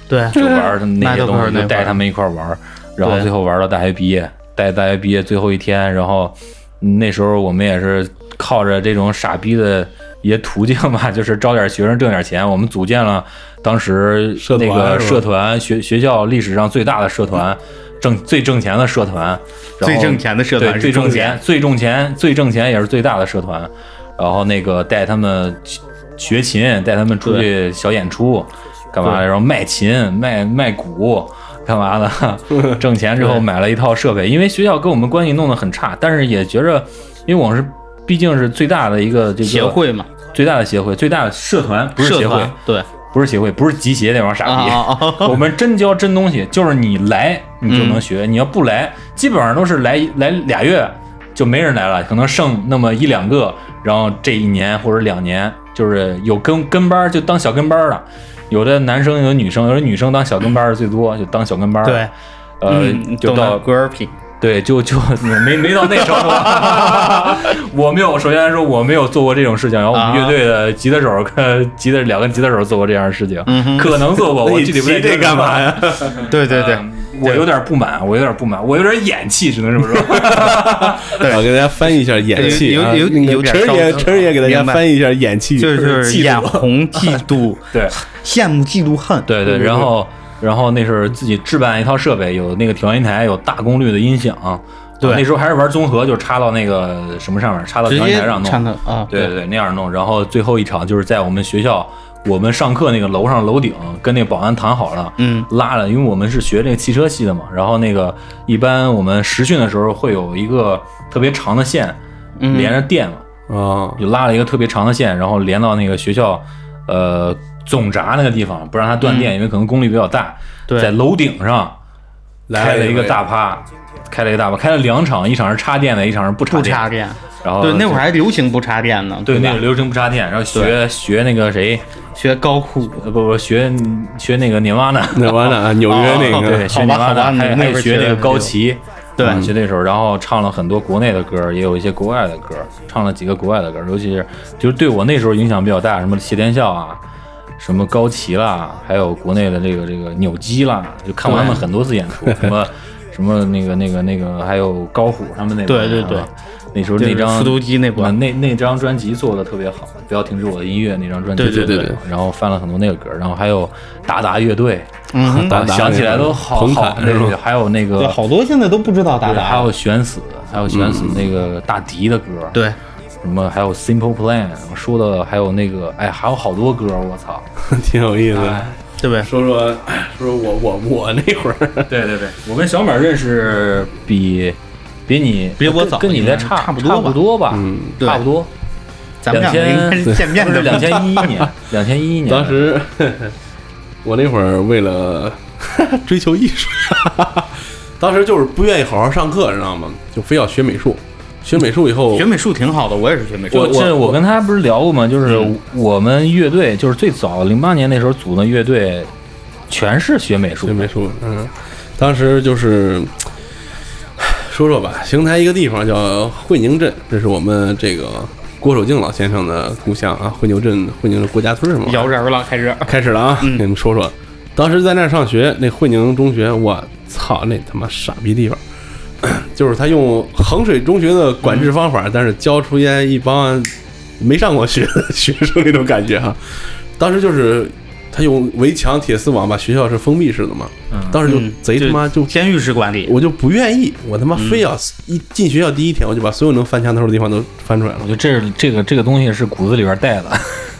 对，
就玩儿他们那
那
些
都
东
不
西，
是
就
那
带
会儿
他们一块儿玩儿，然后
对
最后玩到大学毕业，带大学毕业最后一天，然后嗯那时候我们也是靠着这种傻逼的一些途径吧， 就是招点学生挣点钱，我们组建了当时
社
那
团
个
是吧
社团学学校历史上最大的社团，挣最挣钱的社团，然后
最挣钱的社
对
团是
最挣
中
钱
联
最挣钱最挣钱也是最大的社团，然后那个带他们去学琴，带他们出去小演出，干嘛的？
对
然后卖琴卖卖鼓。干嘛的？挣钱之后买了一套设备，因为学校跟我们关系弄得很差，但是也觉着，因为我是毕竟是最大的一个这个
协会嘛，
最大的协会，最大的社团不是
社
协会
团，对
不是协会，不是集协那帮傻逼。
啊啊啊
我们真教真东西，就是你来你就能学，你要不来，基本上都是来来俩月就没人来了，可能剩那么一两个，然后这一年或者两年，就是有跟跟班儿就当小跟班儿了，有的男生有的女生，有的女生当小跟班儿的最多，就当小跟班儿了。
对，
呃，
嗯，
就到
g r o u p
对，就就没没到那程度，我没有。首先来说，我没有做过这种事情。然后我们乐队的吉他手跟吉他两个吉他手做过这样的事情，
嗯哼
可能做过。
那
我
你
具体不太
提这
清楚
干嘛呀？
对对对，
嗯我有点不满，我有点不满，我有点演气，只能这么说。
我给大家翻译一下演气啊，
有有有有点
陈儿
烧
也
脑
陈儿也给大家
明白
翻译一下演气，
就是就
气
是眼红嫉妒，
对，
羡慕嫉妒恨，
对对，然后然后那是自己置办一套设备，有那个调音台，有大功率的音响。
对
那时候还是玩综合，就插到那个什么上面，插到
直
调音
接
台上弄。
唱的啊，
对对，那样弄。然后最后一场就是在我们学校，我们上课那个楼上楼顶跟那保安谈好了，
嗯，
拉了，因为我们是学这个汽车系的嘛。然后那个一般我们实训的时候会有一个特别长的线
嗯
连着电嘛，
啊，
就拉了一个特别长的线，然后连到那个学校，呃，总闸那个地方，不让它断电，因为可能功率比较大，
嗯对
在楼顶上开
来
了一个
位
大趴。开了一个大趴，开了两场，一场是插电的，一场是不插
不
电。
插电，
然后
对，那
就
会儿还流行不插电呢，
哦对，
吧
那个流程不插电，然后学学那个谁，
学高酷，
呃不不学学那个涅瓦纳，
那完了啊，纽约那
哦
个
对，学涅瓦
好吧
纳，
好吧
还
那那
还
会儿
学
学
那
的
个高
这个
旗，
对
嗯学那首，然后唱了很多国内的歌，也有一些国外的歌，唱了几个国外的歌，尤其是就是对我那时候影响比较大，什么谢天笑啊。什么高旗啦，还有国内的这个这个扭机啦，就看过他们很多次演出，什么什么那个那个那个，还有高虎他们那帮
对对
人啊
对，
那时候
就
那
是
张
复读机那波
啊那那张专辑做的特别好，不要停止我的音乐那张专辑
对对
做得
对
特别好，然后翻了很多那个歌，然后还有达达乐队，
嗯哼，
达达
想起来都好
彭
好
坦，
那个还有那
对，
个
好啊多现在都不知道达
对还
达，
有悬死，还有悬死那个大迪的歌，，
对，
什么还有 Simple Plan 我说的，还有那个哎还有好多歌，我操，
挺有意思的。
哎对不对？
说说， 哎说说我我我那会儿，
对对对，我跟小马认识比比你
比我早
跟跟你
应该
在差
差不多
多
吧
不多吧，
嗯
对
差不多，
咱们
两
两个
千
应该是见面
不
的
是两千一一 年，两千一一年
当时 我那会儿为了 追求艺术，当时就是不愿意好好上课，知道吗？就非要学美术。学美术以后
学，美术挺好的，我也是学美术，
就这，我跟他不是聊过吗？就是
嗯
我们乐队，就是最早零八年那时候组的乐队，全是学美术
学。美术，嗯，当时就是说说吧，邢台一个地方叫会宁镇，这是我们这个郭守敬老先生的故乡啊。会宁镇，会宁是郭家村是吗？
摇人了，开始，
开始了啊，给你们说说，当时在那儿上学，那会宁中学，我操，那他妈傻逼地方， 就是他用衡水中学的管制方法，但是教出烟一帮没上过学的学生那种感觉啊。当时就是他用围墙、铁丝网把学校是封闭式的嘛，当时就
嗯
贼他妈就
监狱式管理，
我就不愿意，我他妈非要一进学校第一天，我就把所有能翻墙头的地方都翻出来了
我。觉得这是这个这个东西是骨子里边 带的。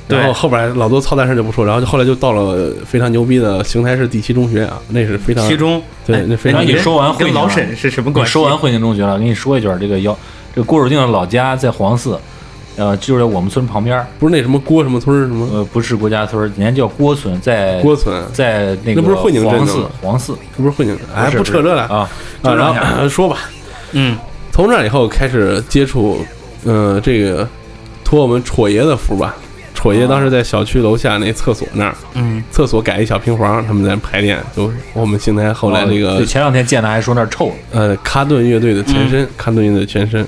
然后后边老多操蛋事儿就不说，然后就后来就到了非常牛逼的邢台市第七中学啊，那是非常
其中
对，那非
然后
常
哎你
牛
说完会
跟
宁
老
啊
沈是什么
你
关系？
说完会宁中学了，跟你说一句儿，啊这个姚这个郭守敬的老家在黄寺，呃，就在我们村旁边儿，
不是那什么郭什么村儿什么
呃，不是郭家村儿，人家叫郭村，在
郭村，
在那
那
个
不是会宁镇的
黄寺
吗
黄寺，
这不是会宁的，哎，
是
不扯这了
啊，
啊，
这样
然后 说吧，
嗯，
从那以后开始接触，呃，这个托我们戳爷的福吧。戳爷当时在小区楼下那厕所那儿，
嗯，
厕所改一小平房，他们在排练，就是我们邢台后来哦这个
就前两天见他还说那儿臭了，
呃卡顿乐队的前身，卡顿乐队的前身，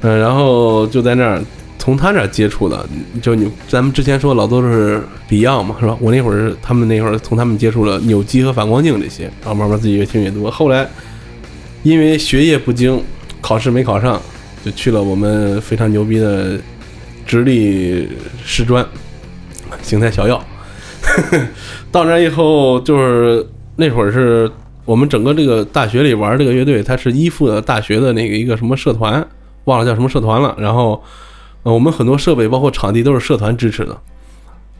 嗯、然后就在那儿从他那儿接触的，就你咱们之前说老都是 Beyond 嘛，是吧？我那会儿是他们那会儿从他们接触了扭机和反光镜这些，然后慢慢自己越听越多，后来因为学业不精，考试没考上，就去了我们非常牛逼的直隶师专 邢台小药。到那以后，就是那会儿是我们整个这个大学里玩这个乐队，它是依附的大学的那个一个什么社团，忘了叫什么社团了。然后，呃，我们很多设备包括场地都是社团支持的。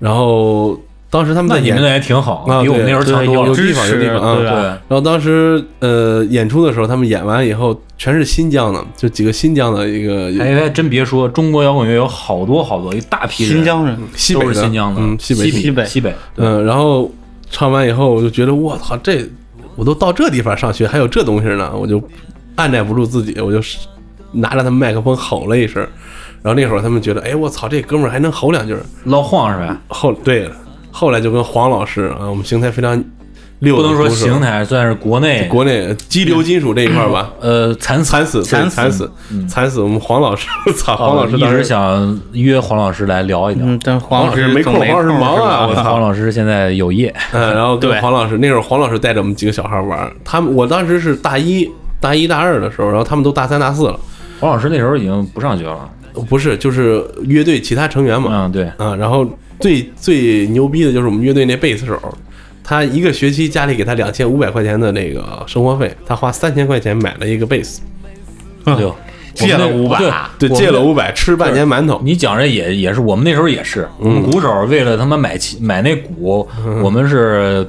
然后当时他们
那
在
你
演
们那也挺好，
啊，
比我们那时候
对
强
有
多了。
有地方有地方啊。
对吧
对，
然后当时呃演出的时候，他们演完以后全是新疆的，就几个新疆的一个
哎，还真别说，中国摇滚乐有好多好多，一大批人
新疆人，
西北
都
的
是新疆的，
嗯，西北
西
北
西北，
嗯，然后唱完以后，我就觉得我操，这我都到这地方上学，还有这东西呢，我就按耐不住自己，我就是拿着他们麦克风吼了一声。然后那会儿他们觉得，哎，我操，这哥们儿还能吼两句儿。
老晃是吧？
后对，后来就跟黄老师啊，我们邢台非常溜
不
的
能说
鼓手
邢台，算是国内
国内激流金属这一块儿吧，
呃惨死哦
惨死，对
惨死
惨死， 惨死。我们黄老师，操，黄老师
呃一
当
直
时，
想约黄老师来聊一聊。
嗯，但黄
黄老师没
总
空
没
黄老师忙
是
啊
吧
我操
黄老师现在有业，
嗯，然后跟
对
黄老师，那会儿黄老师带着我们几个小孩玩儿，他们我当时是大一、大一大二的时候，然后他们都大三、大四了。
黄老师那时候已经不上学了。
不是，就是乐队其他成员嘛。
嗯，对，
啊，然后最最牛逼的就是我们乐队那贝斯手，他一个学期家里给他两千五百块钱的那个生活费，他花三千块钱买了一个贝斯，嗯
对，
借了
我们那
500
对
对，借了五百吃半年馒头。
你讲这也也是，我们那时候也是，我
嗯
们鼓手为了他妈买齐买那鼓，我们是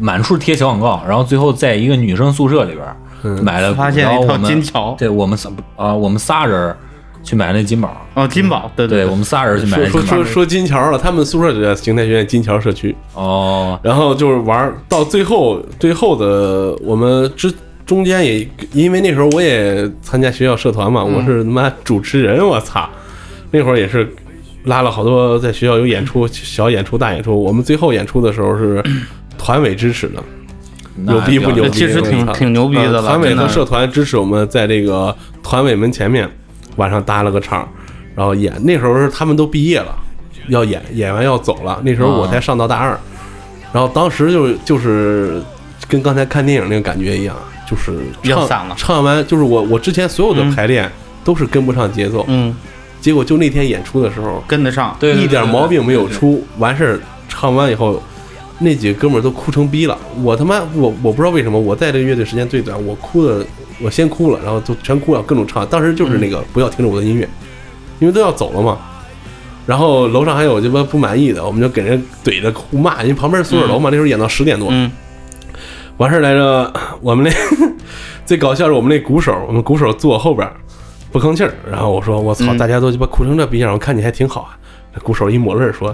满处贴小广告，然后最后在一个女生宿舍里边儿
嗯
买了鼓，
发现了
然后
一套
我们
金桥
对我们仨啊，我们仨人儿去买那金宝，
哦，金宝，对
对
对
我们仨人儿去买那
说嗯说
金
说
宝，
说金桥了，他们宿舍就在邢台学院金桥社区。
哦，
然后就是玩儿到最后，最后的我们之中间也因为那时候我也参加学校社团嘛，我是他妈主持人，我操，那会儿也是拉了好多在学校有演出，小演出、大演出。我们最后演出的时候是团委支持的，
那
牛逼不牛
了
逼？
解
其实挺
我操
挺牛逼的了
呃团委
真
和
的
社团支持我们在这个团委门前面晚上搭了个场，然后演。那时候是他们都毕业了，要演演完要走了。那时候我
啊
才上到大二，然后当时就就是跟刚才看电影那个感觉一样，就是
要
唱
散了
唱完就是我我之前所有的排练都是跟不上节奏，
嗯，
结果就那天演出的时候
跟得上，
对
一点毛病没有，出，完事儿唱完以后，那几个哥们儿都哭成逼了。我他妈我我不知道为什么我在这个乐队时间最短，我哭的我先哭了，然后就全哭了，各种唱。当时
嗯
就是那个不要停止我的音乐，因为都要走了嘛。然后楼上还有鸡巴不满意的，我们就给人怼着哭骂，因为旁边是宿舍楼嘛，那时候演到十点多。
嗯
完事儿来着，我们那 最搞笑是我们那鼓手，我们鼓手坐我后边儿不吭气儿。然后我说我操，
嗯
大家都鸡巴哭成这逼样，我看你还挺好啊。那鼓手一抹泪儿说：“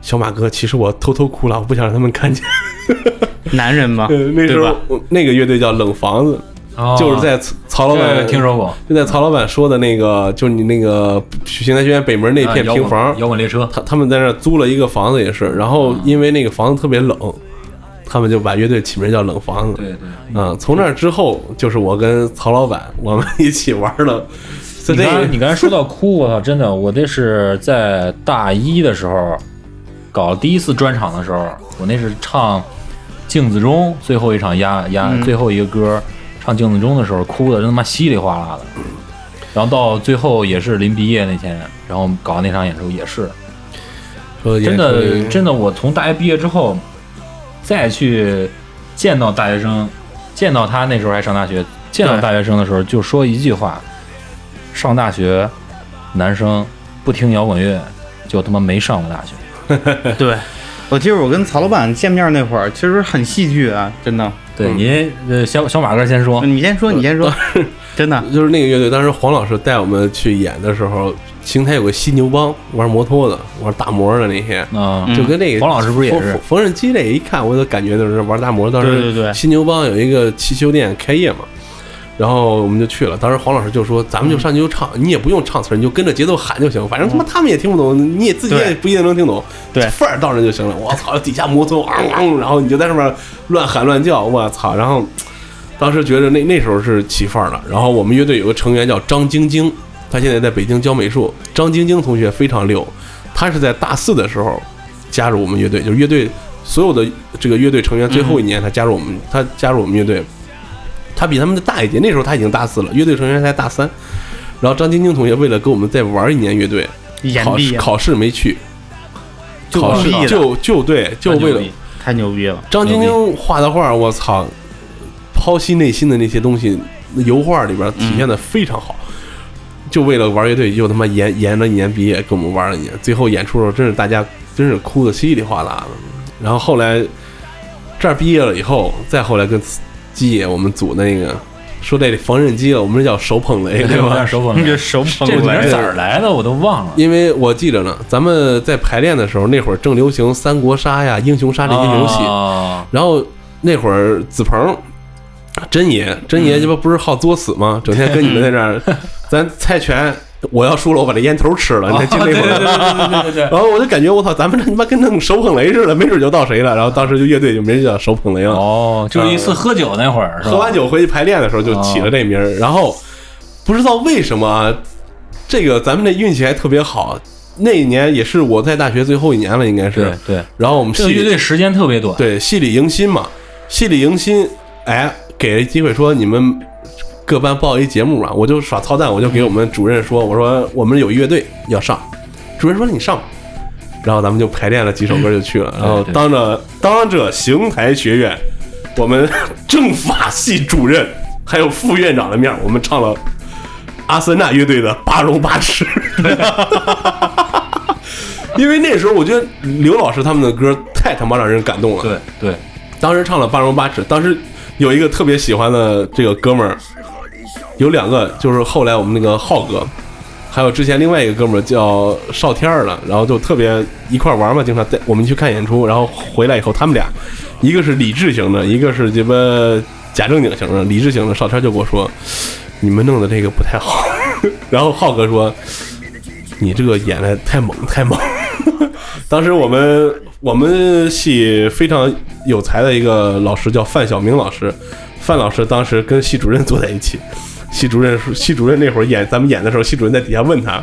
小马哥，其实我偷偷哭了，我不想让他们 看见。
男人嘛，
呃那时
对
候
吧？
我那个乐队叫冷房子，
哦
就是在曹曹老
对
板
听说过
就在曹老板说的那个，就是你那个邢台学院北门那
啊
片
摇
平
滚
房，
摇滚列车，
他他们在那儿租了一个房子也是，然后
哦
因为那个房子特别冷，他们就把乐队起名叫冷房子。
对对。
嗯，从那之后就是我跟曹老板我们一起玩 了，所以
你
这
刚才你刚才说到哭，我操，真的，我这是在大一的时候搞第一次专场的时候，我那是唱《镜子中》最后一场压压、
嗯
最后一个歌，唱《镜子中》的时候哭的真他妈稀里哗啦的。然后到最后也是临毕业那天，然后搞那场演出也是，
说
真的
演出
真的，我从大学毕业之后再去见到大学生，见到他那时候还上大学，见到
对
大学生的时候就说一句话：上大学男生不听摇滚乐，就他妈没上过大学。
对，我记得我跟曹老板见面那会儿，其实很戏剧啊，真的。
对，您呃，小小马哥先
哦
说，
你先说，你先 说，真的，
就是那个乐队，当时黄老师带我们去演的时候，邢台有个犀牛帮玩摩托的，玩大模的那些，
啊、
嗯
就跟那个
黄老师不是也是
缝缝缝纫机这一看，我就感觉就是玩大模。当时
对对对
犀牛帮有一个汽修店开业嘛，然后我们就去了。当时黄老师就说：“咱
嗯
们就上去就唱，你也不用唱词儿，你就跟着节奏喊就行。反正他妈他们也听不懂，你也自己也
对
不一定能听懂，
对
范儿到那就行了。”我操，底下摩托昂昂，然后你就在上面乱喊乱叫，我操！然后当时觉得那那时候是起范儿了。然后我们乐队有个成员叫张晶晶，她现在在北京教美术。张晶晶同学非常溜，她是在大四的时候加入我们乐队，就是乐队所有的这个乐队成员最后一年她加入我们，她加入我们乐队。她比他们大一届，那时候她已经大四了，乐队成员才大三。然后张晶晶同学为了跟我们再玩一年乐队，
演
考
毕
试考试没去，
啊就
考试
忘记了
就就对，就为了
太牛逼了，
张晶晶画的画，我操，剖析内心的那些东西，油画里边体现的非常好。就为了玩乐队，又他妈延延了一年毕业，跟我们玩了一年。最后演出的时候，真是大家真是哭的稀里哗啦的。然后后来这儿毕业了以后，再后来跟基野我们组那个说这里缝纫机了，我们这叫手捧雷，对吧？
手捧雷，
手捧
这
我
名
来
儿咋儿来的我都忘了。
因为我记着呢，咱们在排练的时候，那会儿正流行三国杀呀、英雄杀这些游戏。
哦
然后那会儿子鹏、真爷、真
嗯
爷这不不是好作死 吗？整天跟你们在这儿，咱猜拳，我要输了，我把这烟头吃了，你还记得那会儿？
哦对对对。
然后我就感觉我操，咱们这他妈跟弄手捧雷似的，没准就到谁了。然后当时就乐队就没人叫手捧雷了。
哦，就是一次喝酒那会儿，是吧
喝完酒回去排练的时候就起了这名
哦
儿，然后不知道为什么啊，这个咱们这运气还特别好。那一年也是我在大学最后一年了，应该是
对。对，
然后我们
这个
系
乐
里
队时间特别短，
对系里迎新嘛，系里迎新，哎，给了机会说你们各班报一节目吧，我就耍操蛋，我就给我们主任说，我说我们有乐队要上，主任说你上吧。然后咱们就排练了几首歌就 去了，然后
对对
当着当着邢台学院我们 政法系主任还有副院长的面儿，我们唱了阿森纳乐队的《八荣八耻》， 因为那时候我觉得刘老师他们的歌太他妈让人感动了，
对对，
当时唱了《八荣八耻》，当时有一个特别喜欢的这个哥们儿，有两个，就是后来我们那个浩哥，还有之前另外一个哥们儿叫少天儿的，然后就特别一块儿玩嘛，经常带我们去看演出，然后回来以后，他们俩一个是理智型的，一个是鸡巴假正经型的，理智型的少天儿就跟我说，你们弄的这个不太好， 然后浩哥说，你这个演的太猛太猛。当时我们我们系非常有才的一个老师叫范晓明老师，范老师当时跟系主任坐在一起， 系主任说系主任那会儿演咱们演的时候，系主任在底下问他，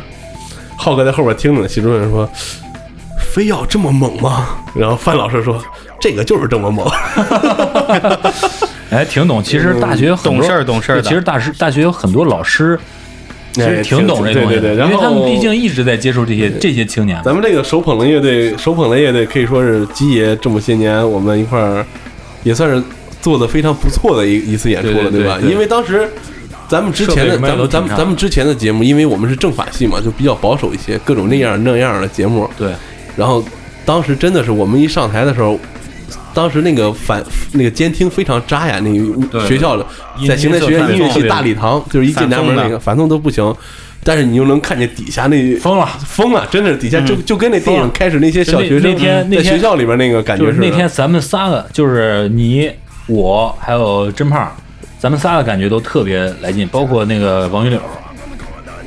浩哥在后边听着呢，系主任说。非要这么猛吗？然后范老师说：“这个就是这么猛。
哎，挺懂。其实大学很多
懂事儿懂事儿的
对其实大师大学有很多老师，其实
哎
挺懂这东西的，
对对对
因
然后
为他们毕竟一直在接触这些这些青年”。
咱们这个手捧雷乐队，手捧雷乐队可以说是基爷这么些年我们一块儿也算是做的非常不错的一一次演出了，
对对对
吧？
对
因为当时咱们之前
设备
的
什么
咱
也都
们咱
挺
们
差
咱们之前的节目，因为我们是政法系嘛，就比较保守一些，各种那样那样的节目。
对，
然后当时真的是我们一上台的时候，当时那个反那个监听非常扎呀，那
对
个
对
学校的
音
在邢台学院音乐系大礼堂，就是一进南门那
反
个
送
反送都不行，但是你又能看见底下那
疯了，
疯了，真是底下就就跟那电影开始那些
就
小
那
学
嗯那
生
天那
在
天
学校里边那个感
就
觉
是
似的
那天咱们仨个，就是你我还有甄胖，咱们仨的感觉都特别来劲，包括那个王云柳，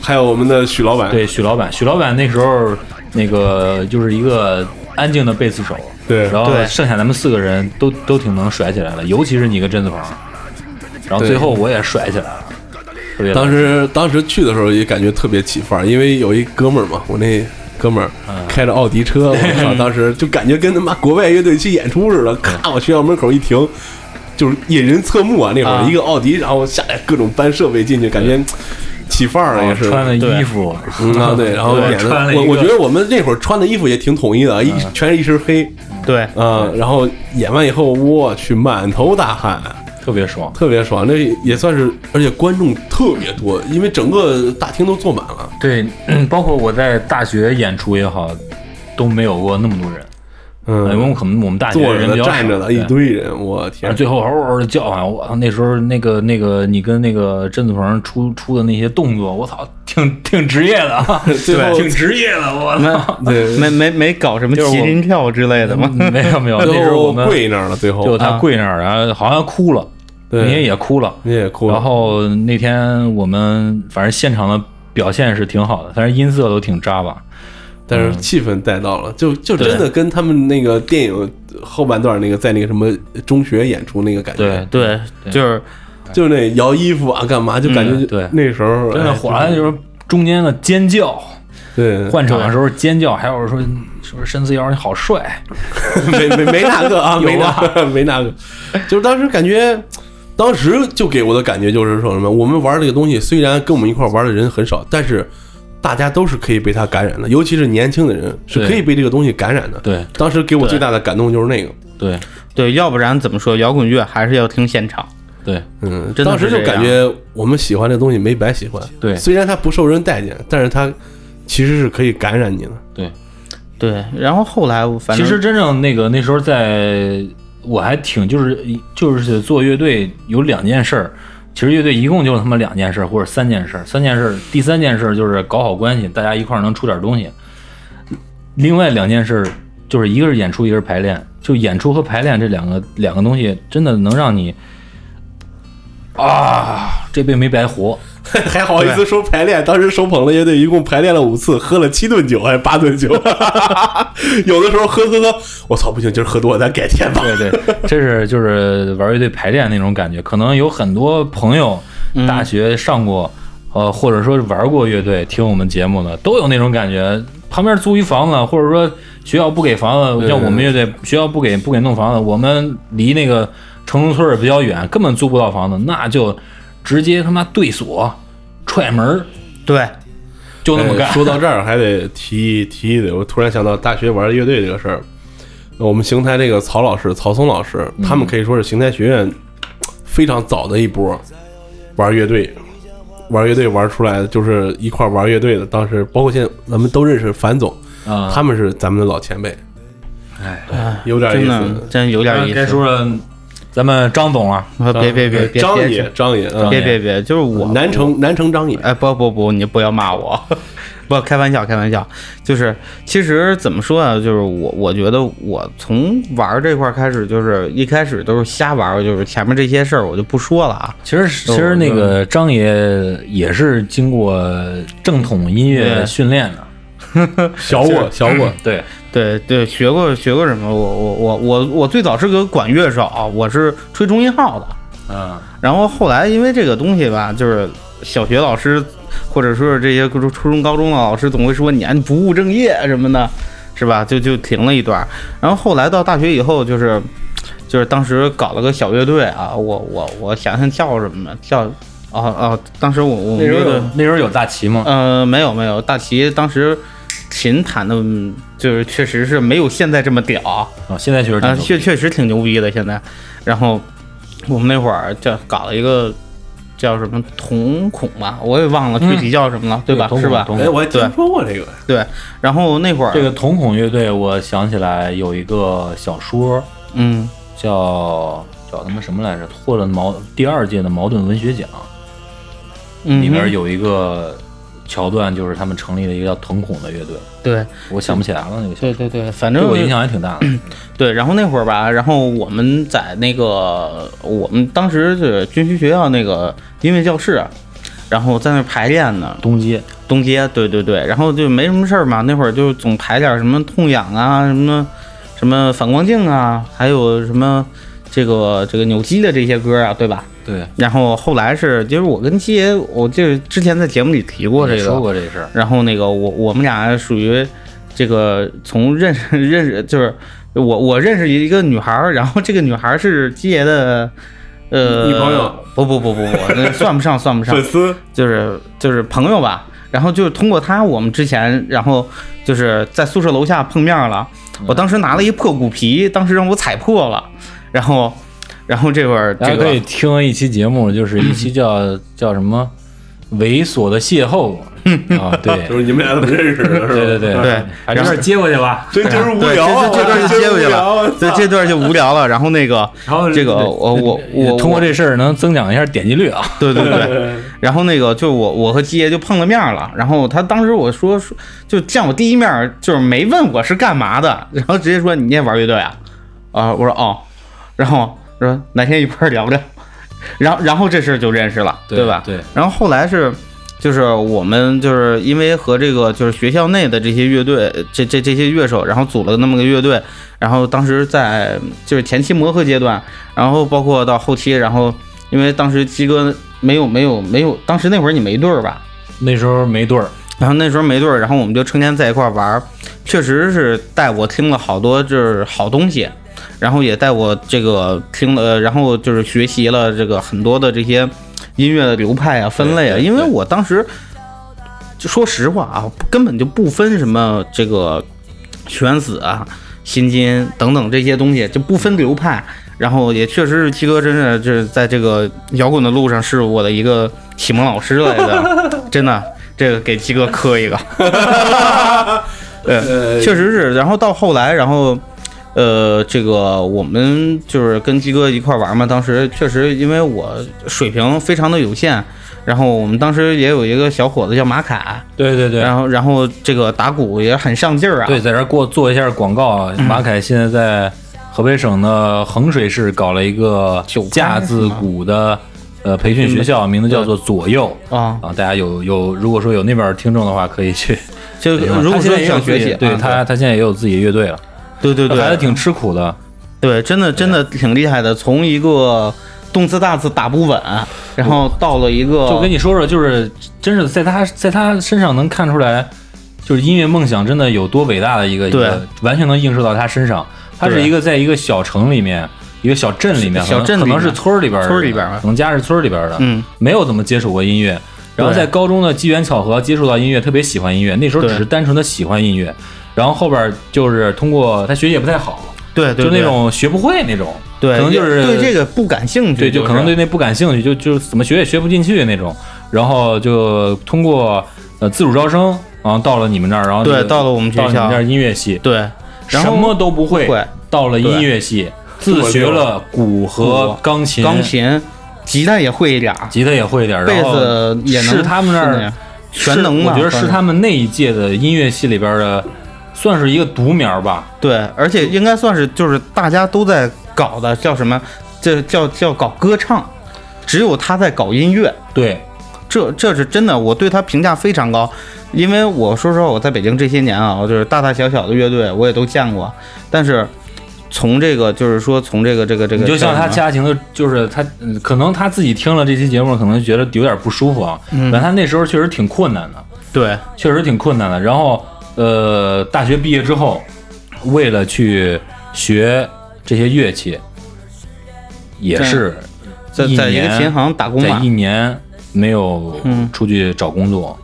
还有我们的许老板，
对许老板，许老板那时候那个就是一个安静的贝斯手，
对
然后
对
剩下咱们四个人都都挺能甩起来的，尤其是你跟甄子鹏，然后
对
最后我也甩起来了，特别
当时当时去的时候也感觉特别起范儿，因为有一哥们儿嘛，我那哥们儿
嗯
开着奥迪车，我 靠，当时就感觉跟他妈国外乐队去演出似
嗯
的，咔往学校门口一停，就是引人侧目啊！那会
啊
儿一个奥迪，然后下来各种搬设备进去，感觉起范儿了也
哦
是。
穿的
对
衣服，
嗯 啊，对，然后
对
演的
穿了一
我
个嗯
我觉得我们那会儿穿的衣服也挺统一的，一全是一身黑
对，
啊，然后演完以后，我去满头大汗，
特别爽。
特别爽，那也算是，而且观众特别多，因为整个大厅都坐满了。
对，包括我在大学演出也好，都没有过那么多人，因为
嗯，
我可能我们大学
坐
哎人
着
比
的、
较少
站着的
对啊
一堆人，我
然
天
后！最后嗷嗷的叫唤，我操！那时候那个那个你跟那个甄子鹏出出的那些动作，我操，挺挺职业的啊，
最 后
挺职业的，我操！
对，
没没没搞什么
就是我
麒麟跳之类 的吗？
没有没有，那
最
时候我
后
们
跪那儿了，最后
就啊他跪那儿，然后好像哭了，
对
你也也哭了，
你也哭了。
然后那天我们反正现场的表现是挺好的，但是音色都挺渣吧。
但
嗯
是气氛带到了，就就真的跟他们那个电影后半段那个在那个什么中学演出那个感觉
对，
对，
嗯
就是
就是那摇衣服啊，干嘛就感觉
嗯对
那时候
真的
哎
火了，就是中间的尖叫，
对，
换场的时候尖叫，还有人说说申思瑶你好帅，
没没没那个啊，
有
没那个没那个，就是当时感觉，当时就给我的感觉就是说什么，我们玩这个东西虽然跟我们一块玩的人很少，但是大家都是可以被它感染的，尤其是年轻的人是
对
可以被这个东西感染的。
对
当时给我最大的感动就是那个，
对
对，要不然怎么说摇滚乐还是要听现场。
对，
嗯，
真的
当
是
时就
这
感
样
觉我们喜欢这东西没白喜欢，
对
虽然它不受人待见，但是它其实是可以感染你的。
对，
对，然后后来反
其
正
实真正那个那时候在，我还挺就是就是做乐队有两件事儿，其实乐队一共就他妈两件事儿或者三件事儿，三件事儿，第三件事儿就是搞好关系，大家一块儿能出点东西。另外两件事儿就是一个是演出，一个是排练，就演出和排练这两个两个东西真的能让你啊这辈子没白活。
还好意思说排练，当时手捧了乐队一共排练了五次，喝了七顿酒还是八顿酒， 有的时候喝喝喝，我操不行，今儿喝多了，咱改天吧。
对对， 这是就是玩乐队排练那种感觉。可能有很多朋友大学上过，呃，或者说是玩过乐队，听我们节目的都有那种感觉。旁边租一房子，或者说学校不给房子，像我们乐队学校不给不给弄房子，我们离那个城中村儿比较远，根本租不到房子，那就直接他妈对锁、踹门儿，
对，
就那么干
哎。 说到这儿，还得提一提一嘴，我突然想到大学玩乐队这个事儿。我们邢台这个曹老师、曹松老师，他们可以说是邢台学院非常早的一波玩乐队、玩乐队玩出来的，就是一块儿玩乐队的。当时包括现在咱们都认识樊总，
啊
他们是咱们的老前辈，
哎
有点意
真
思
的。真有点意思。
啊该说说咱们张总了，
啊别别别别
呃张
别
爷，张爷，嗯
别别别，就是我
南城南城张爷，
哎，不不不，你不要骂我， 不开玩笑，开玩笑，就是其实怎么说啊，就是我我觉得我从玩儿这块儿开始，就是一开始都是瞎玩儿，就是前面这些事儿我就不说了啊。
其实，其实那个张爷也是经过正统音乐训练的，
小我小我，
对，
对对，学过学过什么？我我我我我最早是个管乐手，啊我是吹中音号的。
嗯，
然后后来因为这个东西吧，就是小学老师或者说是这些初初中、高中的老师总会说你啊你不务正业什么的，是吧？就就停了一段儿。然后后来到大学以后，就是就是当时搞了个小乐队啊，我我我想想叫什么叫哦哦，当时我我们乐队
那时候有大旗吗？
呃没有没有，大齐当时琴弹的嗯就是确实是没有现在这么屌啊。
啊，现在确实挺
啊，
牛
确确实挺牛逼的现在。然后我们那会儿叫搞了一个叫什么瞳孔吧，我也忘了具体叫什么了，对吧？
嗯瞳孔
是吧？
瞳孔
哎，我还听说过这个，
嗯对。啊然后那会儿
这个瞳孔乐队，我想起来有一个小说
嗯，
叫叫他妈什么来着，获了矛第二届的矛盾文学奖，
嗯
里边
哼
有一个桥段，就是他们成立了一个叫瞳孔的乐队，
对
我想不起来了那个小说，
对对对，反
对
正
我影响还挺大的。
对，然后那会儿吧，然后我们在那个我们当时是军区学校那个音乐教室，啊然后在那儿排练呢。
东街，
东街，对对对，然后就没什么事儿嘛，那会儿就总排点什么痛痒啊，什么什么反光镜啊，还有什么这个这个扭机的这些歌啊，对吧？
对，
然后后来是，就是我跟七爷，我就是之前在节目里提过这
你
个，
说过这事儿，
然后那个我我们俩属于这个从认识认识就是我我认识一个女孩儿，然后这个女孩儿是基爷的呃
女朋友？
不不不不不，那算不上算不上
粉丝
就是就是朋友吧。然后就是通过他，我们之前然后就是在宿舍楼下碰面了。
嗯
我当时拿了一破鼓皮，当时让我踩破了，然后然后这会儿
大
这
家可
个
以听一期节目，就是一期 叫叫什么“猥琐的邂逅”啊， 对
就是你们俩怎么认识的？是吧？
对对对
对，
把这事儿接过去吧。
真真是无
对
聊啊，
这这这段就 接回去了，这这段就无聊了。然后那个
然后
这个我我我
通过这事儿能增长一下点击率啊。
对对对，然后那个就我我和基爷就碰了面了，然后他当时我说说就见我第一面就是没问我是干嘛的，然后直接说你也玩乐队啊？啊、我说哦，然后说哪天一块儿聊聊，然后然后这事儿就认识了，
对
吧？
对
然后后来是。就是我们就是因为和这个就是学校内的这些乐队，这这这些乐手，然后组了那么个乐队，然后当时在就是前期磨合阶段，然后包括到后期，然后因为当时鸡哥没有没有没有，当时那会儿你没队儿吧？
那时候没对儿，
然后那时候没队儿，然后我们就成天在一块儿玩儿，确实是带我听了好多就是好东西，然后也带我这个听了，然后就是学习了这个很多的这些音乐的流派啊、分类啊，
对对
因为我当时就说实话啊，根本就不分什么这个悬死啊、新金等等这些东西，就不分流派。然后也确实是七哥，真是这在这个摇滚的路上是我的一个启蒙老师来的，真的，这个给七哥磕一个。
呃
对，确实是。然后到后来，然后呃，这个我们就是跟鸡哥一块玩嘛，当时确实因为我水平非常的有限，然后我们当时也有一个小伙子叫马凯，
对对对，
然后然后这个打鼓也很上劲儿啊，
对，在这儿给我做一下广告啊！
嗯
马凯现在在河北省的衡水市搞了一个架子鼓的呃培训学
嗯
校，名字叫做左右
啊，
啊。大家有有如果说有那边听众的话，可以去。
就如果
他现
说
在也有
想
自
学
己
习，
对
啊
他他现在也有自己的乐队了，
对对对，
孩子挺吃苦的。
对，真的真的挺厉害的，从一个动次大次打不稳，然后到了一个
就跟你说说，就是真是在他在他身上能看出来，就是音乐梦想真的有多伟大的一个，一
对
个完全能映射到他身上。他是
对
一个在一个小城里面，一个小镇里面，
小镇
可能可能
里面
是村儿里边儿的，
村儿里边儿吧
可能家是村儿里边儿的，
嗯，
没有怎么接触过音乐。然后
对
在高中的机缘巧合接触到音乐，特别喜欢音乐。那时候只
对
是单纯的喜欢音乐，然后后边儿就是通过他学习也不太好，
对对
就那
对
种学不会那种，
对，
可能就是
对这个不感兴趣，
对，
就
就可啊能
是
对那不感兴趣，就就是怎么学也学不进去那种。然后就通过呃自主招生，然后到了你们那儿，然后
对
那个
到了我们学校
到你们这儿音乐系，
对，
什
然后
么都不会，
不会
到了音乐系，自学了鼓和钢琴，
钢琴、吉他也会一点儿，
吉他也会一点，
贝
然后
斯也能
是他们那
是那
儿
样全能
是
吧
我觉得
算
是他们那一届的音乐系里边的，算是一个独苗吧。
对，而且应该算是就是大家都在搞的叫什么？这叫叫搞歌唱，只有他在搞音乐，
对，
这这是真的，我对他评价非常高，因为我说实话，我在北京这些年啊，我就是大大小小的乐队我也都见过，但是从这个就是说从这个这个这个，
你就像他
叫什么
家庭的，就是他嗯可能他自己听了这期节目，可能觉得有点不舒服啊。
嗯
但他那时候确实挺困难的。
对
确实挺困难的。然后，呃，大学毕业之后，为了去学这些乐器，也是
在
一
在一个
年
琴行打工
在
嘛
一，年没有
嗯
出去找工作，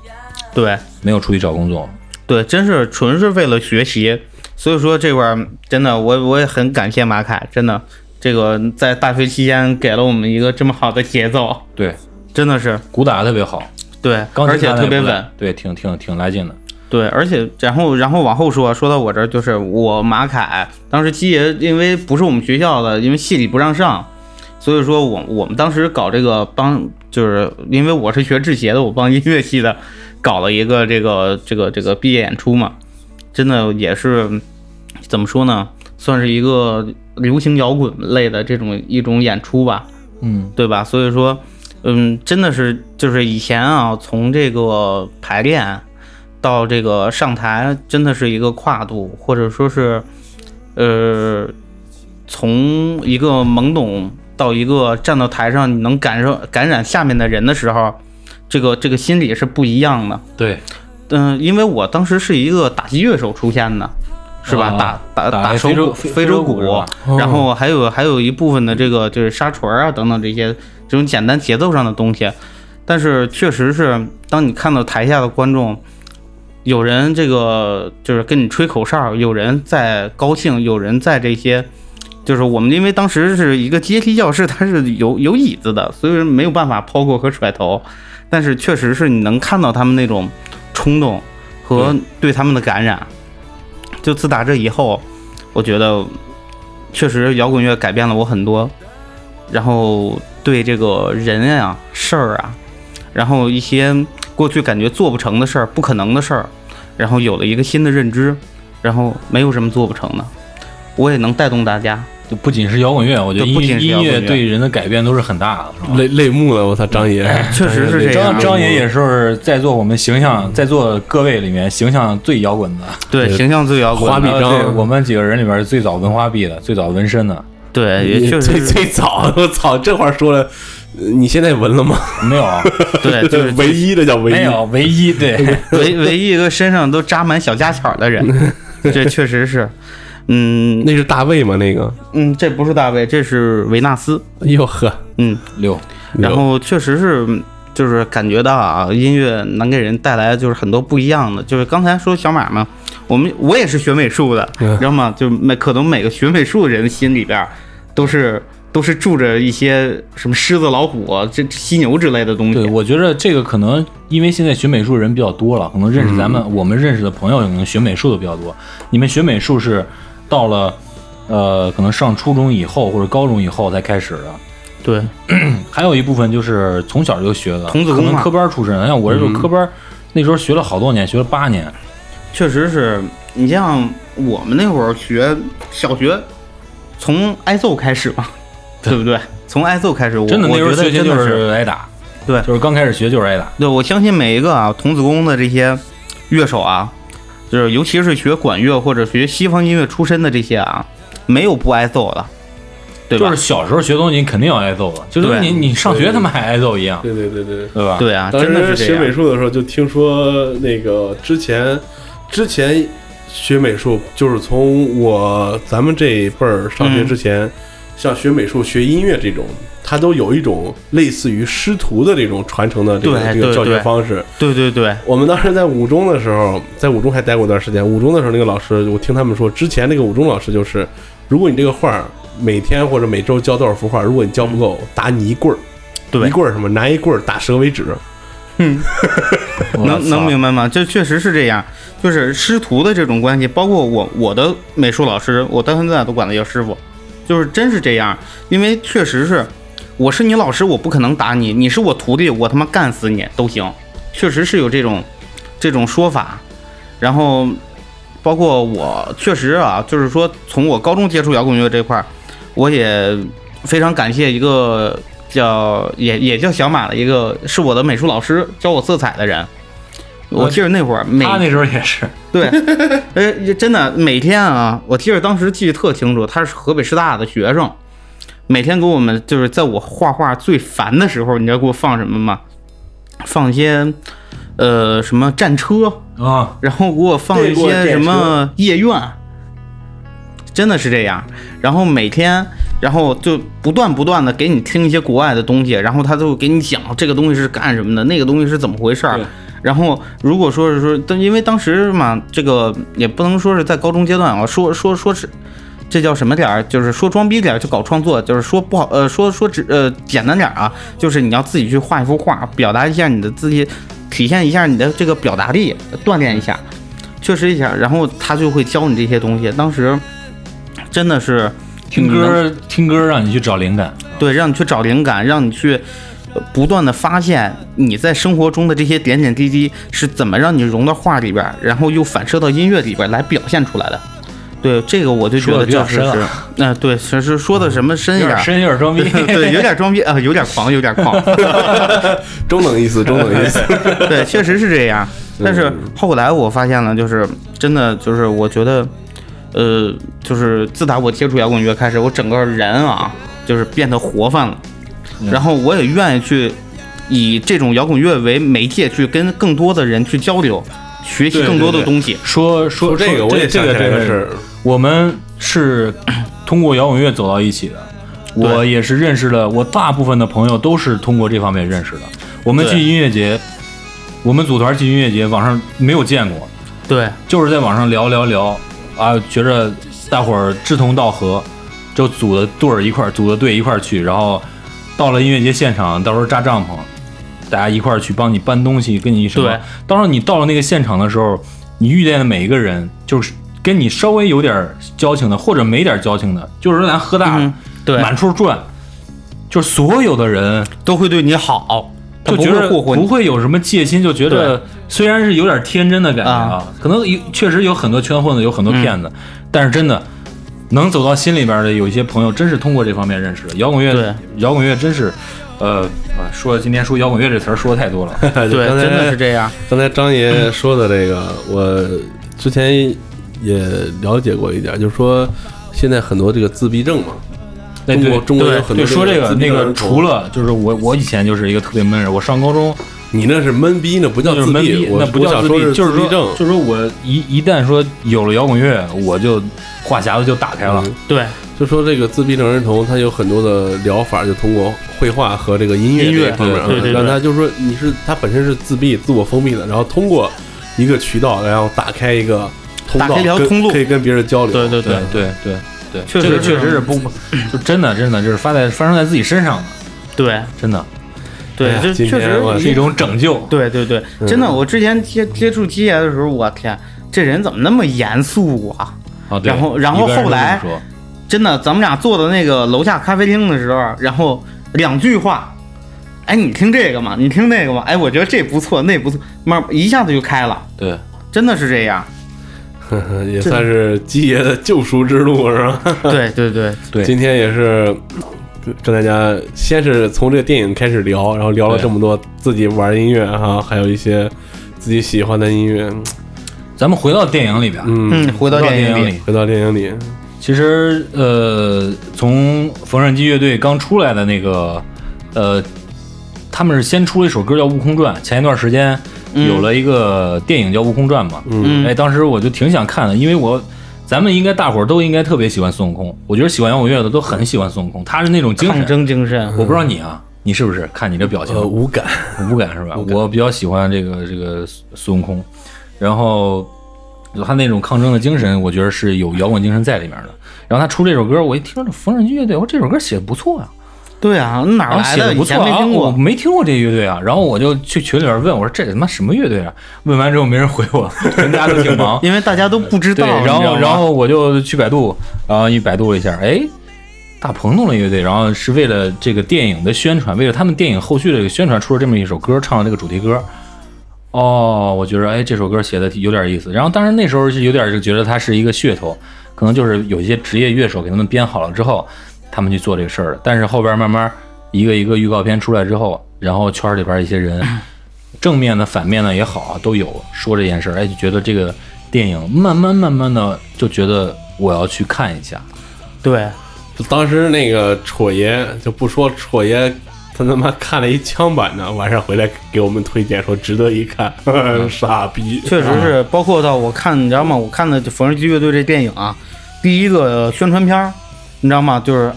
对
没有出去找工作。
对，真是纯是为了学习，所以说这块儿真的我我也很感谢马凯，真的这个在大学期间给了我们一个这么好的节奏，
对，
真的是
鼓打得特别好，
对，
钢琴
而且
弹得
特
也
别
不赖
稳。，
对，挺挺挺来劲的。
对，而且然后然后往后说，说到我这儿就是我马凯，当时基爷因为不是我们学校的，因为系里不让上，所以说我我们当时搞这个帮，就是因为我是学制鞋的，我帮音乐系的搞了一个这个这个这个毕业演出嘛，真的也是怎么说呢，算是一个流行摇滚类的这种一种演出吧，
嗯，
对吧？所以说，嗯，真的是就是以前啊，从这个排练到这个上台，真的是一个跨度，或者说是，呃，从一个懵懂到一个站到台上，你能感受感染下面的人的时候，这个这个心理是不一样的。
对，
嗯、因为我当时是一个打击乐手出现的，是吧？
啊
打
打
打手
非洲
鼓、
非
非
洲
洲
鼓
鼓
是吧，
然后还有还有一部分的这个就是沙锤啊等等这些这种简单节奏上的东西。但是确实是，当你看到台下的观众，有人这个就是跟你吹口哨，有人在高兴，有人在这些。就是我们，因为当时是一个阶梯教室，它是有有椅子的，所以没有办法抛过和甩头。但是确实是你能看到他们那种冲动和对他们的感染。就自打这以后，我觉得确实摇滚乐改变了我很多，然后对这个人呀、事儿啊，然后一些过去感觉做不成的事儿、不可能的事儿，然后有了一个新的认知，然后没有什么做不成的，我也能带动大家。
就不仅是摇滚乐，我觉得
对不仅
音
是
音
摇滚
乐
乐
对人的改变都是很大的，是吧？
泪泪目了，我操，张爷，
确实是这样
张，张爷也是在座我们形象，在座各位里面形象最摇滚的。
呃对形象最摇滚，
花臂
呃
张
对我们几个人里边最早纹花臂的，最早纹身的，
对，也确
最
实是
最早，我操，这话说了，呃你现在纹了吗？
没有，
对，就是
唯一的叫唯
没
一，
有，唯一 对，
唯唯一一个身上都扎满小夹角的 人，这确实是，嗯
那是大卫吗？那个，
嗯，这不是大卫，这是维纳斯，
哎呦呵，
嗯，
六
然后确实是，嗯就是感觉到啊，音乐能给人带来就是很多不一样的。就是刚才说小马嘛，我们我也是学美术的，
嗯
知道吗？就每可能每个学美术人心里边儿都是都是住着一些什么狮子、老虎、啊这这犀牛之类的东西。
对，我觉得这个可能因为现在学美术的人比较多了，可能认识咱们、我们认识的朋友，可能学美术的比较多。你们学美术是到了呃，可能上初中以后或者高中以后才开始的。
对，
还有一部分就是从小就学的，
童子
可
功
能
嘛嗯
科班出身的。像我这种科班，那时候学了好多年，学了八年。
确实是你像我们那会儿学小学，从挨揍开始嘛，对不对？从挨揍开始，我
真的，那
我
时候
觉得
学习
真
就
的
挨打，
对
就是刚开始学就是挨打。
对，我相信每一个啊童子功的这些乐手啊，就是尤其是学管乐或者学西方音乐出身的这些啊，没有不挨揍的，对吧？
就是小时候学东西，你肯定要挨揍的，就
对
跟你你上学他妈还挨揍一样，
对对对对。
对吧？
对啊，
当
真的
时
是这
学美
样。
术的时候，就听说那个之前之前学美术，就是从我咱们这一辈儿上学
嗯
之前，像学美术、学音乐这种，它都有一种类似于师徒的这种传承的这个
对
这个
对
教学
对
方式。
对对对，
我们当时在五中的时候，在五中还待过一段时间。五中的时候，那个老师，我听他们说，之前那个五中老师就是，如果你这个画儿每天或者每周交多少幅画，如果你交不够，打你一棍儿。
嗯对
一棍儿什么？拿一棍儿打折为止。
能能明白吗？这确实是这样，就是师徒的这种关系，包括我我的美术老师，我到现在都管他叫师傅，就是真是这样，因为确实是，我是你老师，我不可能打你，你是我徒弟，我他妈干死你都行，确实是有这种这种说法，然后包括我确实啊，就是说从我高中接触摇滚乐这块儿，我也非常感谢一个。叫也也叫小马的一个是我的美术老师教我色彩的人，我记得那会儿每
呃他那时候也是，
对，哎，真的每天啊，我记得当时记得特清楚，他是河北师大的学生，每天给我们就是在我画画最烦的时候，你知道给我放什么吗？放一些呃什么战车，
啊，
然后给我放一些什么夜愿，真的是这样。然后每天，然后就不断不断的给你听一些国外的东西，然后他就给你讲这个东西是干什么的，那个东西是怎么回事儿
对。
然后如果说是说，但因为当时嘛，这个也不能说是在高中阶段啊，说说说是。这叫什么点儿？就是说装逼点儿，就搞创作，就是说不好，呃，说说只呃简单点儿啊，就是你要自己去画一幅画，表达一下你的自己，体现一下你的这个表达力，锻炼一下，确实一下，然后他就会教你这些东西。当时真的是
听
你能
歌听歌让你去找灵感，
对，让你去找灵感，让你去呃不断的发现你在生活中的这些点点滴滴是怎么让你融到画里边儿，然后又反射到音乐里边儿来表现出来的。对这个，我就觉
说
得
得比较
这是
深啊
是
了，
嗯、对，是是说的什么深一
有
点
点
儿，。
深，有点装逼
对，有点装逼啊、有点狂，有点狂。
中等 意思，中等意思。
对，确实是这样。
嗯
但是后来我发现了，就是真的，就是我觉得，呃，就是自打我接触摇滚乐开始，我整个人啊，就是变得活泛了。
嗯
然后我也愿意去以这种摇滚乐为媒介，去跟更多的人去交流，学习
对
更多
对对
的东西。
说说
说这个，
说
我也
这
想起
个
来
真
一个
的
事儿
是，，我们是通过摇滚乐走到一起的。我也是认识了，我大部分的朋友都是通过这方面认识的。我们去
对
音乐节，我们组团去音乐节，网上没有见过，
对
就是在网上聊聊聊啊，觉着大伙儿志同道合，就组的队儿一块儿，组的队一块儿去，然后到了音乐节现场，到时候扎帐篷，大家一块儿去帮你搬东西，跟你什么
对？
到时候你到了那个现场的时候，你遇见的每一个人，就是跟你稍微有点儿交情的，或者没点儿交情的，就是咱喝大了，
嗯对
满处转，就是所有的人
都会对你好，他
就
不
觉
会
得
霍
不
霍你。
会有什么戒心，就觉得虽然是有点天真的感觉啊，可能有确实有很多圈混的，有很多骗
嗯
子，但是真的能走到心里边的，有一些朋友真是通过这方面认识的。摇滚乐
对，
摇滚乐真是，呃，啊说今天说摇滚乐这词儿说的太 多了，
对，
刚才
真的是这样。
刚才张爷说的这个，我之前也了解过一点，就是说现在很多这个自闭症嘛，
哎对
中
对
国中国有
对
很多
对说
这
这个
个自闭
那
症
个，
儿童
除了就是我我以前就是一个特别闷人，我上高中
你那是闷逼，那不叫
就是
自
闷
闭
逼，，
我
那不
我
叫
想
自
说
闭，就是
自闭
说
症。
就是说我一一旦说有了摇滚乐，我就话匣子就打开了。
嗯
对
就说这个自闭症儿童，他有很多的疗法，就通过绘画和这个音乐
音乐
这一方面啊
对对对对
让他就是说你是他本身是自闭、自我封闭的，然后通过一个渠道，然后打开一个通道，
打开一条
跟
通路
可以跟别人交流。
对对
对对对对，
确
这个
实是
确实是不，就真的真的就是发在发生在自己身上的，
对
真的，
对，
哎呀
这
今
确
天
实
我
是一种拯救。
对对对，
嗯
真的，我之前接接触鸡爷的时候，我天，这人怎么那么严肃啊？
啊，对
然后然后
一般人都
后来
这么说
真的，咱们俩坐的那个楼下咖啡厅的时候，然后两句话，哎，你听这个嘛，你听那个嘛，哎，我觉得这不错，那不错，慢一下子就开了，
对，
真的是这样。
呵呵 也算是基爷的救赎之路是吧？
对对对
对
今天也是跟跟大家先是从这个电影开始聊，然后聊了
对
这么多自己玩音乐哈，还有一些自己喜欢的音乐，
咱们回到电影里边，
嗯，
嗯，回到电影里，
回到电影里，
其实呃，从缝纫机乐队刚出来的那个呃，他们是先出了一首歌叫《悟空传》，前一段时间
嗯
有了一个电影叫《悟空传》嘛，
嗯
哎，当时我就挺想看的，因为我。咱们应该大伙儿都应该特别喜欢孙悟空，我觉得喜欢摇滚乐的都很喜欢孙悟空，他是那种精
抗
神。
争精神，
我不知道你啊，你是不是看你这表情，
呃，无感，
无感是吧？我比较喜欢这个这个孙悟空，然后他那种抗争的精神，我觉得是有摇滚精神在里面的。然后他出这首歌，我一听这缝纫机乐队，我说这首歌写的不错呀、
对啊，哪儿
然后
来
写的
的？
不
以
错
前
啊，
没听
我
过。
没听过这乐队啊。然后我就去群里边问，我说这他妈什么乐队啊？问完之后没人回我， 大家都挺忙。
因为大家都不知道，
对，然
你知道
后
吗
然后我就去百度，然后一百度了一下，哎，大鹏弄了一乐队，然后是为了这个电影的宣传，为了他们电影后续的这个宣传，出了这么一首歌，唱了这个主题歌。哦，我觉得哎，这首歌写的有点意思。然后当然那时候是有点就觉得它是一个噱头，可能就是有一些职业乐手给他们编好了之后，他们去做这个事儿的。但是后边慢慢一个一个预告片出来之后，然后圈儿里边一些人。正面的、反面的也好啊，都有说这件事儿，哎，就觉得这个电影慢慢慢慢的就觉得我要去看一下，
对，
当时那个戳爷就不说戳爷。他他妈看了一枪版的，晚上回来给我们推荐说值得一看， 呵呵傻逼，
确实是，包括到我看，你知道吗？我看的《缝纫机乐队》这电影啊，第一个宣传片儿，你知道吗？就是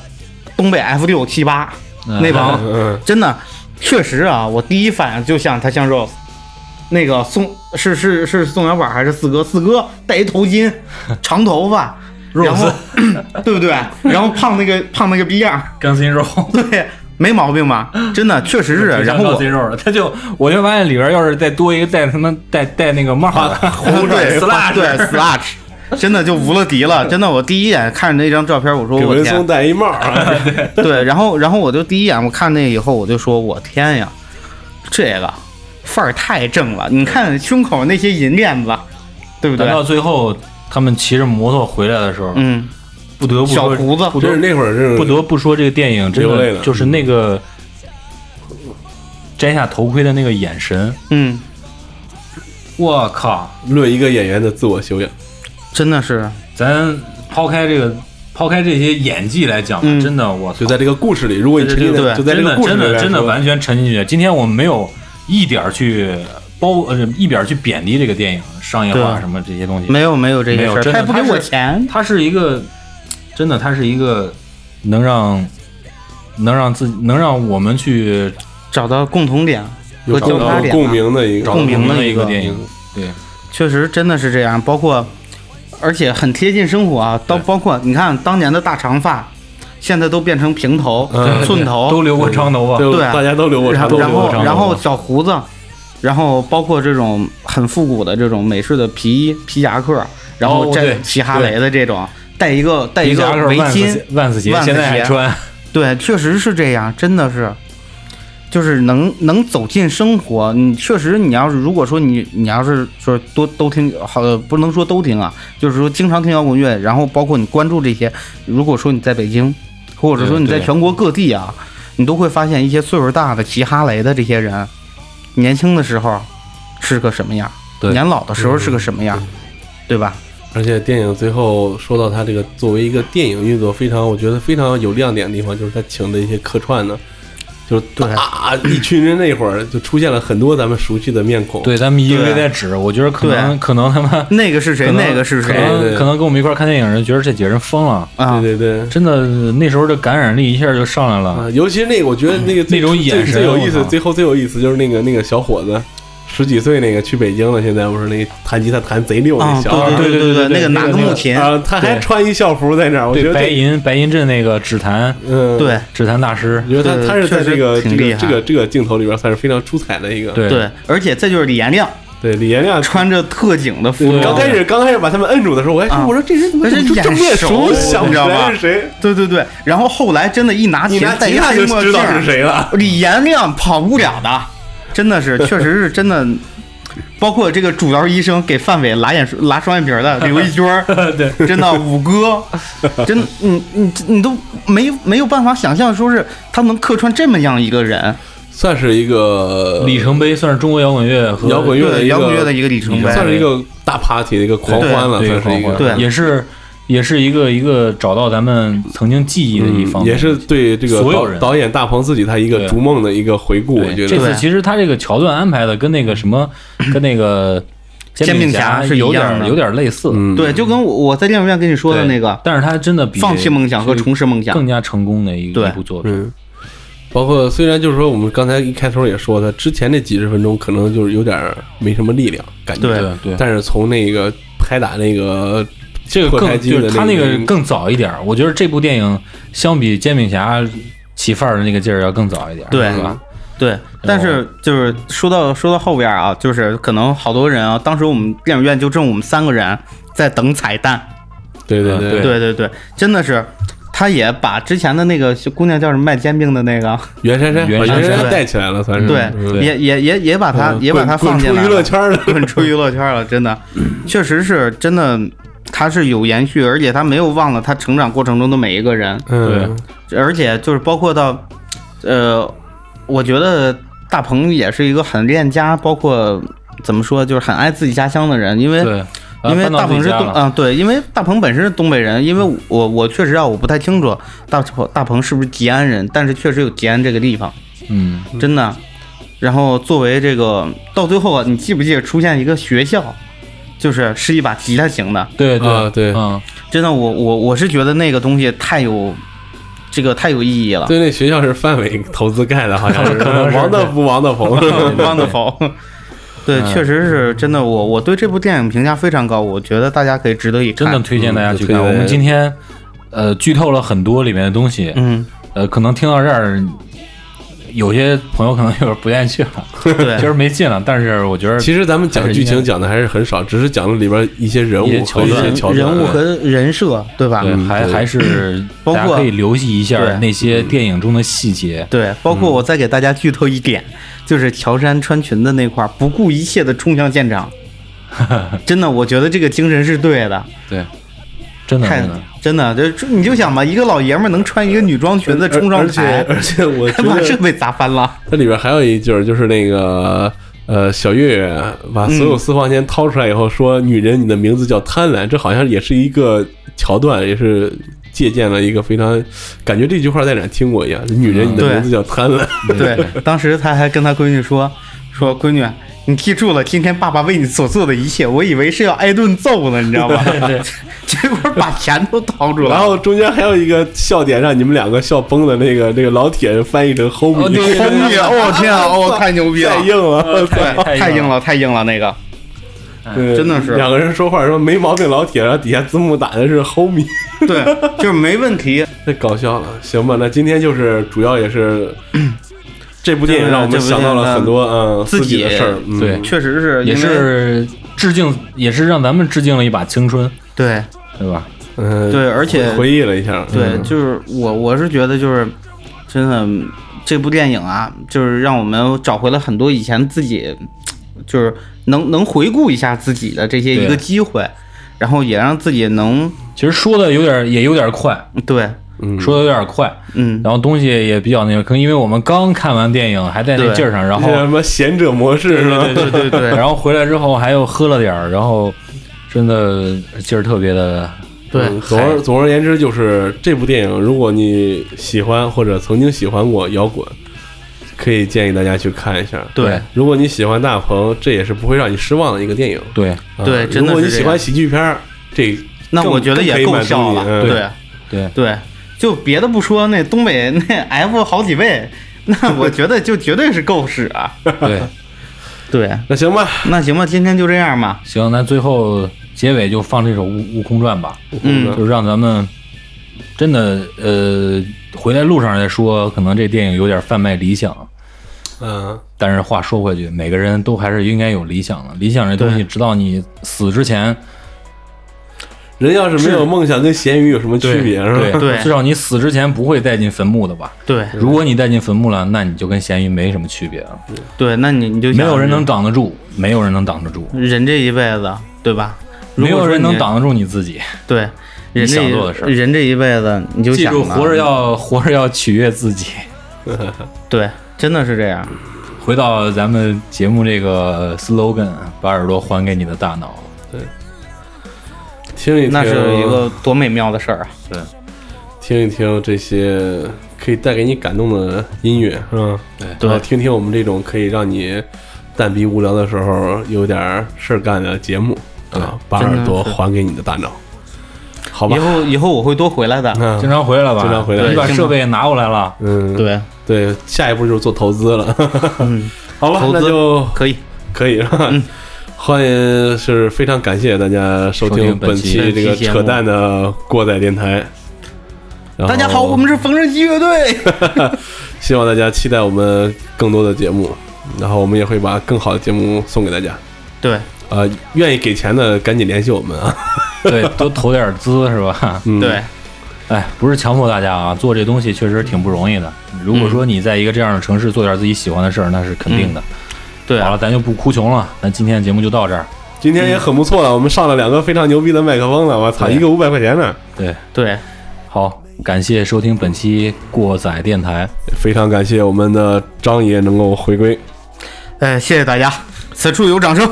东北 F 六七八
嗯
那帮，
嗯
真的，确实啊，我第一反应就像他像 Rose，那个宋是是是宋小宝还是四哥？四哥戴一 头巾，长头发。然后， 对不对？然后胖那个胖那个逼样儿，
钢筋肉，
对，没毛病吧？真的，确实是。 然后我
筋肉了，他就我就发现里边要是再多一个带他妈带带那个帽 的，
对
slash
对 slash，真的就无了敌了。真的，我第一眼看着那张照片，我说
给
我
文
天
松，戴一帽儿，啊
对，然后然后我就第一眼我看那以后，我就说我天呀，这个范儿太正了！你看胸口那些银链子，对不
等
对？
到最后他们骑着摩托回来的时候，
嗯，
不得不
小
说，
胡子，
真是那会儿是
不得不说这个电影真
流泪
的
了
就是那个摘下头盔的那个眼神，
嗯，
我靠！
论一个演员的自我修养，
真的是，
咱抛开这个，抛开这些演技来讲吧，
嗯
真的我操
就在这个故事里，如果你沉浸
对
在
对对
就在这
真
个
的
故事
真
里来
的
说，
真的完全沉浸进去。今天我们没有一点儿去包呃一点儿去贬低这个电影商业化
对
什么这些东西，
没有没有这
没
些
有
事儿，
真
他
的
也不给
他是
我钱，
它是一个真的，它是一个能让能让自己能让我们去
找到共同点和
有
交叉点吧，
共鸣的一
找
个
到
共鸣的
的
一
一个
个
电影。对，
确实真的是这样，包括而且很贴近生活啊。当
对
包括你看当年的大长发，现在都变成平头、
嗯
寸 头，
都留过长头啊发，
对
对
大家都留过
然
长，
后
都
然
留过
后
长头发，
然后小胡子，然后包括这种很复古的这种美式的皮衣、皮夹克，然后
哦
再
对
骑哈雷的这种，戴一个戴一个
皮夹克
围
万斯
巾
鞋，万斯鞋
万斯
现在还
鞋
穿，
对，确实是这样，真的是，就是能能走进生活。你确实，你要是如果说你你要是说多都听，好不能说都听啊，就是说经常听摇滚乐，然后包括你关注这些，如果说你在北京，或者说你在
对对
全国各地啊，你都会发现一些岁数大的骑哈雷的这些人，年轻的时候是个什么样，
对
年老的时候是个什么样，对吧？
而且电影最后说到他这个作为一个电影运作非常，我觉得非常有亮点的地方，就是他请的一些客串呢，就是啊，一群人那会儿就出现了很多咱们熟悉的面孔，
对，咱们一个个在指，我觉得可能可能他妈
那个是谁？
可能
那个是
可
谁？
对
能
对
可能跟我们一块儿看电影的人觉得这几个人疯了，
啊，
对对对。
真的那时候这感染力一下就上
嗯
来了。
啊，尤其是那个，我觉得那个最
那种眼神
最最有
我
意思，
靠
最后最有意思就是那个那个小伙子，十几岁那个去北京了，现在不是那弹吉他弹贼溜那
啊
小孩儿，
对对对对对那个拿个木琴
啊，他还
对
穿一校服在那儿，我觉
对
得
白
这，
银白银镇那个指弹
嗯，
对，
指弹大师
我，觉得他他是在这个这
确实挺厉
个
害
这个这个镜头里边算是非常出彩的一个，
对
对，而且这就是李延亮
对，李延亮
穿着特警的服
我
装，
刚开始刚开始把他们摁住的时候，我还说
啊
我说这人怎么
但是
这这么面熟，
眼熟
想不起
你知道
来
吧
是谁。
对对对，然后后来真的，一拿
你
琴
拿
戴
吉
一
他
黑
就
墨
知
镜
道
儿
是，谁了。
李延亮跑不了的，真 的是，确实是真的。包括这个主刀医生给范伟拉眼拉双眼皮 儿的刘一娟，对，真的五哥，真你你你都没没有办法想象，说是他能客串这么样一个人，
算是一个
里程碑算是中国摇滚乐和
摇滚乐的
对
一个
摇滚乐的一个里程碑，
算是一个大 party 的一个狂欢了，
对
算是一个
狂欢
对
也是也是一个一个找到咱们曾经记忆的一方
嗯
面，
也是对这个
所有
导
人
导演大鹏自己他一个
对
逐梦的一个回顾，我
对。
觉
这
得
次
对
其实他这个桥段安排的跟那个什么，跟那个
煎饼
侠
侠是一
有点
样的
有点类似，
嗯
对，就跟我我在电影院跟你说的
对
那个
但是他真的比
放弃梦想和
是
重拾梦想，
更加成功的一
对
一部作品。
嗯，包括虽然就是说我们刚才一开头也说他之前那几十分钟可能就是有点儿没什么力量感觉，
对
对对，
但是从那个拍打那个
这个
破开
更
机的
就是他
那
那
个
个更早一点儿，我觉得这部电影相比煎饼侠起范儿的那个劲儿要更早一点儿，
对
是吧？
对，但是就是说到说到后边啊，就是可能好多人啊，当时我们电影院就剩我们三个人在等彩蛋。
对对
嗯
对
对
对对对，真的是，他也把之前的那个姑娘叫什么卖煎饼的那个，
袁姗姗把
袁姗
袁姗姗
姗
带起来了，算是
对，
嗯
也也也也把他
嗯
也把他
滚
放进来
滚
了，
出娱乐圈 了，
滚出娱乐圈了，真的，确实是真的。他是有延续，而且他没有忘了他成长过程中的每一个人，
嗯，
啊
而且就是包括到，呃，我觉得大鹏也是一个很恋家，包括怎么说，就是很爱自己家乡的人，因为
对，啊
因为
搬到
大
自己
鹏是
家
东，
了
嗯，对，因为大鹏本身是东北人，因为我我确实啊，我不太清楚大鹏大鹏是不是吉安人，但是确实有吉安这个地方，
嗯，
真的。然后作为这个到最后啊，你记不记得出现一个学校，就是是一把吉他型的，
对
啊
对
对
嗯，
真的我我我是觉得那个东西太有这个太有意义了。
对，那学校是范伟投资盖的，好像是
可能是
王大不王 大 鹏。
汪的否？对，
嗯
确实是真的。我我对这部电影评价非常高，我觉得大家可以值得一看。
真的，推荐大家去看。
嗯
我们今天呃剧透了很多里面的东西，
嗯，
呃，可能听到这儿。有些朋友可能有点不愿意去了，
对
觉得没劲了。但是我觉得，
其实咱们讲剧
还是应
情
该
讲的还是很少，只是讲了里边一些人
一
物
些
和
桥
一
段
些桥段。嗯
人物和人设，对吧？
对还
对嗯
还是
包括
大家可以留意一下
对
那些电影中的细节。
对，包括我再给大家剧透一点，就是乔杉穿裙子那块儿，不顾一切的冲向 现场。真的，我觉得这个精神是对的，
对，真
嗯
的
太
真的
真的，就你就想吧，一个老爷们儿能穿一个女装裙子冲上
而且
台，
而且 我觉
他妈是
得
被砸翻了。
它里边还有一句儿就是那个。呃，小月月把所有私房钱掏出来以后，说：“女人，你的名字叫贪婪。”这好像也是一个桥段，也是借鉴了一个非常，感觉这句话在哪儿听过一样。女人，你的
对
名字叫贪婪。
对，当时他还跟他闺女说：“说闺女，你记住了，今天爸爸为你所做的一切，我以为是要挨顿揍呢，你知道 吗？结果把钱都掏出
然
来。”
后中间还有一个笑点，让你们两个笑崩的那个那个老铁翻译成 homie，、
哦对
牛逼！哦天啊！哦，太牛逼了
太！硬了，
哦对，太硬了，太硬了，那个
对
真的是
两个人说话说没毛病，老铁，然后底下字幕打的是 homie，
对，就是没问题。
太搞笑了。行吧，那今天就是主要也 是这部电影让我们想到了很多嗯
自己
己的事儿，嗯
对
确实是呃因
也
为
是致敬，也是让咱们致敬了一把青春，
对
对吧？
嗯
对，而且
回忆了一下，
对，
嗯
就是我我是觉得就是真的这部电影啊，就是让我们找回了很多以前自己，就是能能回顾一下自己的这些
对
一个机会，然后也让自己能
其实说的有点，也有点快，
对，
嗯
说的有点快，
嗯，
然后东西也比较那个，可能因为我们刚看完电影，还在那
对
劲儿上，然
那叫
后
什么贤者模式是吧？嗯
对对 对，
然后回来之后还又喝了点儿，然后真的劲儿特别的，
嗯总而总而言之，就是这部电影，如果你喜欢或者曾经喜欢过摇滚，可以建议大家去看一下。
对
如果你喜欢大鹏，这也是不会让你失望的一个电影。
对
啊
对真
如
的
果你
是这
喜
样
欢喜剧片儿，这
那
更
我觉得
更可
也
以
够
满足
笑
你
了，
嗯
对
对
对，就别的不说，那东北 那 F 好几倍，那我觉得就绝对是够使啊。
对，
对，
那行吧，
那行吧，今天就这样吧。
行，那最后结尾就放这首《悟悟空传》吧，
空传
就让咱们真的呃回来路上再说，可能这电影有点贩卖理想，
嗯，
但是话说回去，每个人都还是应该有理想的，理想这东西直到你死之前，
人要是没有梦想，跟咸鱼有什么区
对
别是吧？
对
至少你死之前不会带进坟墓的吧？
对
如果你带进坟墓了，那你就跟咸鱼没什么区别了。
对，那你你就
没
想
有人能挡得住，没有人能挡得住，
人这一辈子，对吧？嗯如
没
果
有
说
人
你
能挡得住你自己。
对人这
想
一
做的事儿
人这一辈子你就
记
想
住，
吧
活着要活着要取悦自己。
对，真的是这样。
回到咱们节目这个 slogan，把耳朵还给你的大脑。
听一听，
那是一个多美妙的事儿啊！
听一听这些可以带给你感动的音乐，是吧？对
嗯对
听听我们这种可以让你蛋逼无聊的时候有点事儿干的节目啊，把
真的
耳朵
是
还给你的大脑，好吧
以？后以后我会多回来的。
嗯
经常回来吧，
经常回来
你把
对
设备拿过来了，
嗯，
对，
对，下一步就是做投资了，
嗯，
好吧？
投资
那就
可以。
可以是吧？
嗯
欢迎，是非常感谢大家收
收
听
听本期
期这个扯淡的过载电台。然后
大家好，我们是缝纫机乐队。
希望大家期待我们更多的节目，然后我们也会把更好的节目送给大家。
对
呃，愿意给钱的赶紧联系我们啊！
对，多投点资是吧？
嗯，
对，
哎，不是强迫大家啊，做这东西确实挺不容易的。如果说你在一个这样的城市做点自己喜欢的事儿，那是肯定的。
对
好了，
啊，
咱就不哭穷了，那今天的节目就到这儿。
今天也很不错了，我们上了两个非常牛逼的麦克风了，我操，
对
一个五百块钱呢，
对，
对，
好，感谢收听本期过载电台，
非常感谢我们的张爷能够回归，
哎，谢谢大家，此处有掌声。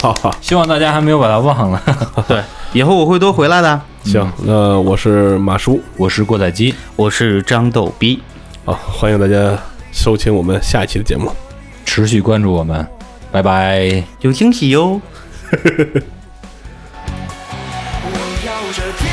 哈哈。
希望大家还没有把它忘了。
对，以后我会多回来的。
行，
嗯
那我是马叔
我是过载机，
我是张逗逼，
啊，欢迎大家收听我们下一期的节目。
持续关注我们，拜拜。
有惊喜哟。
我要这天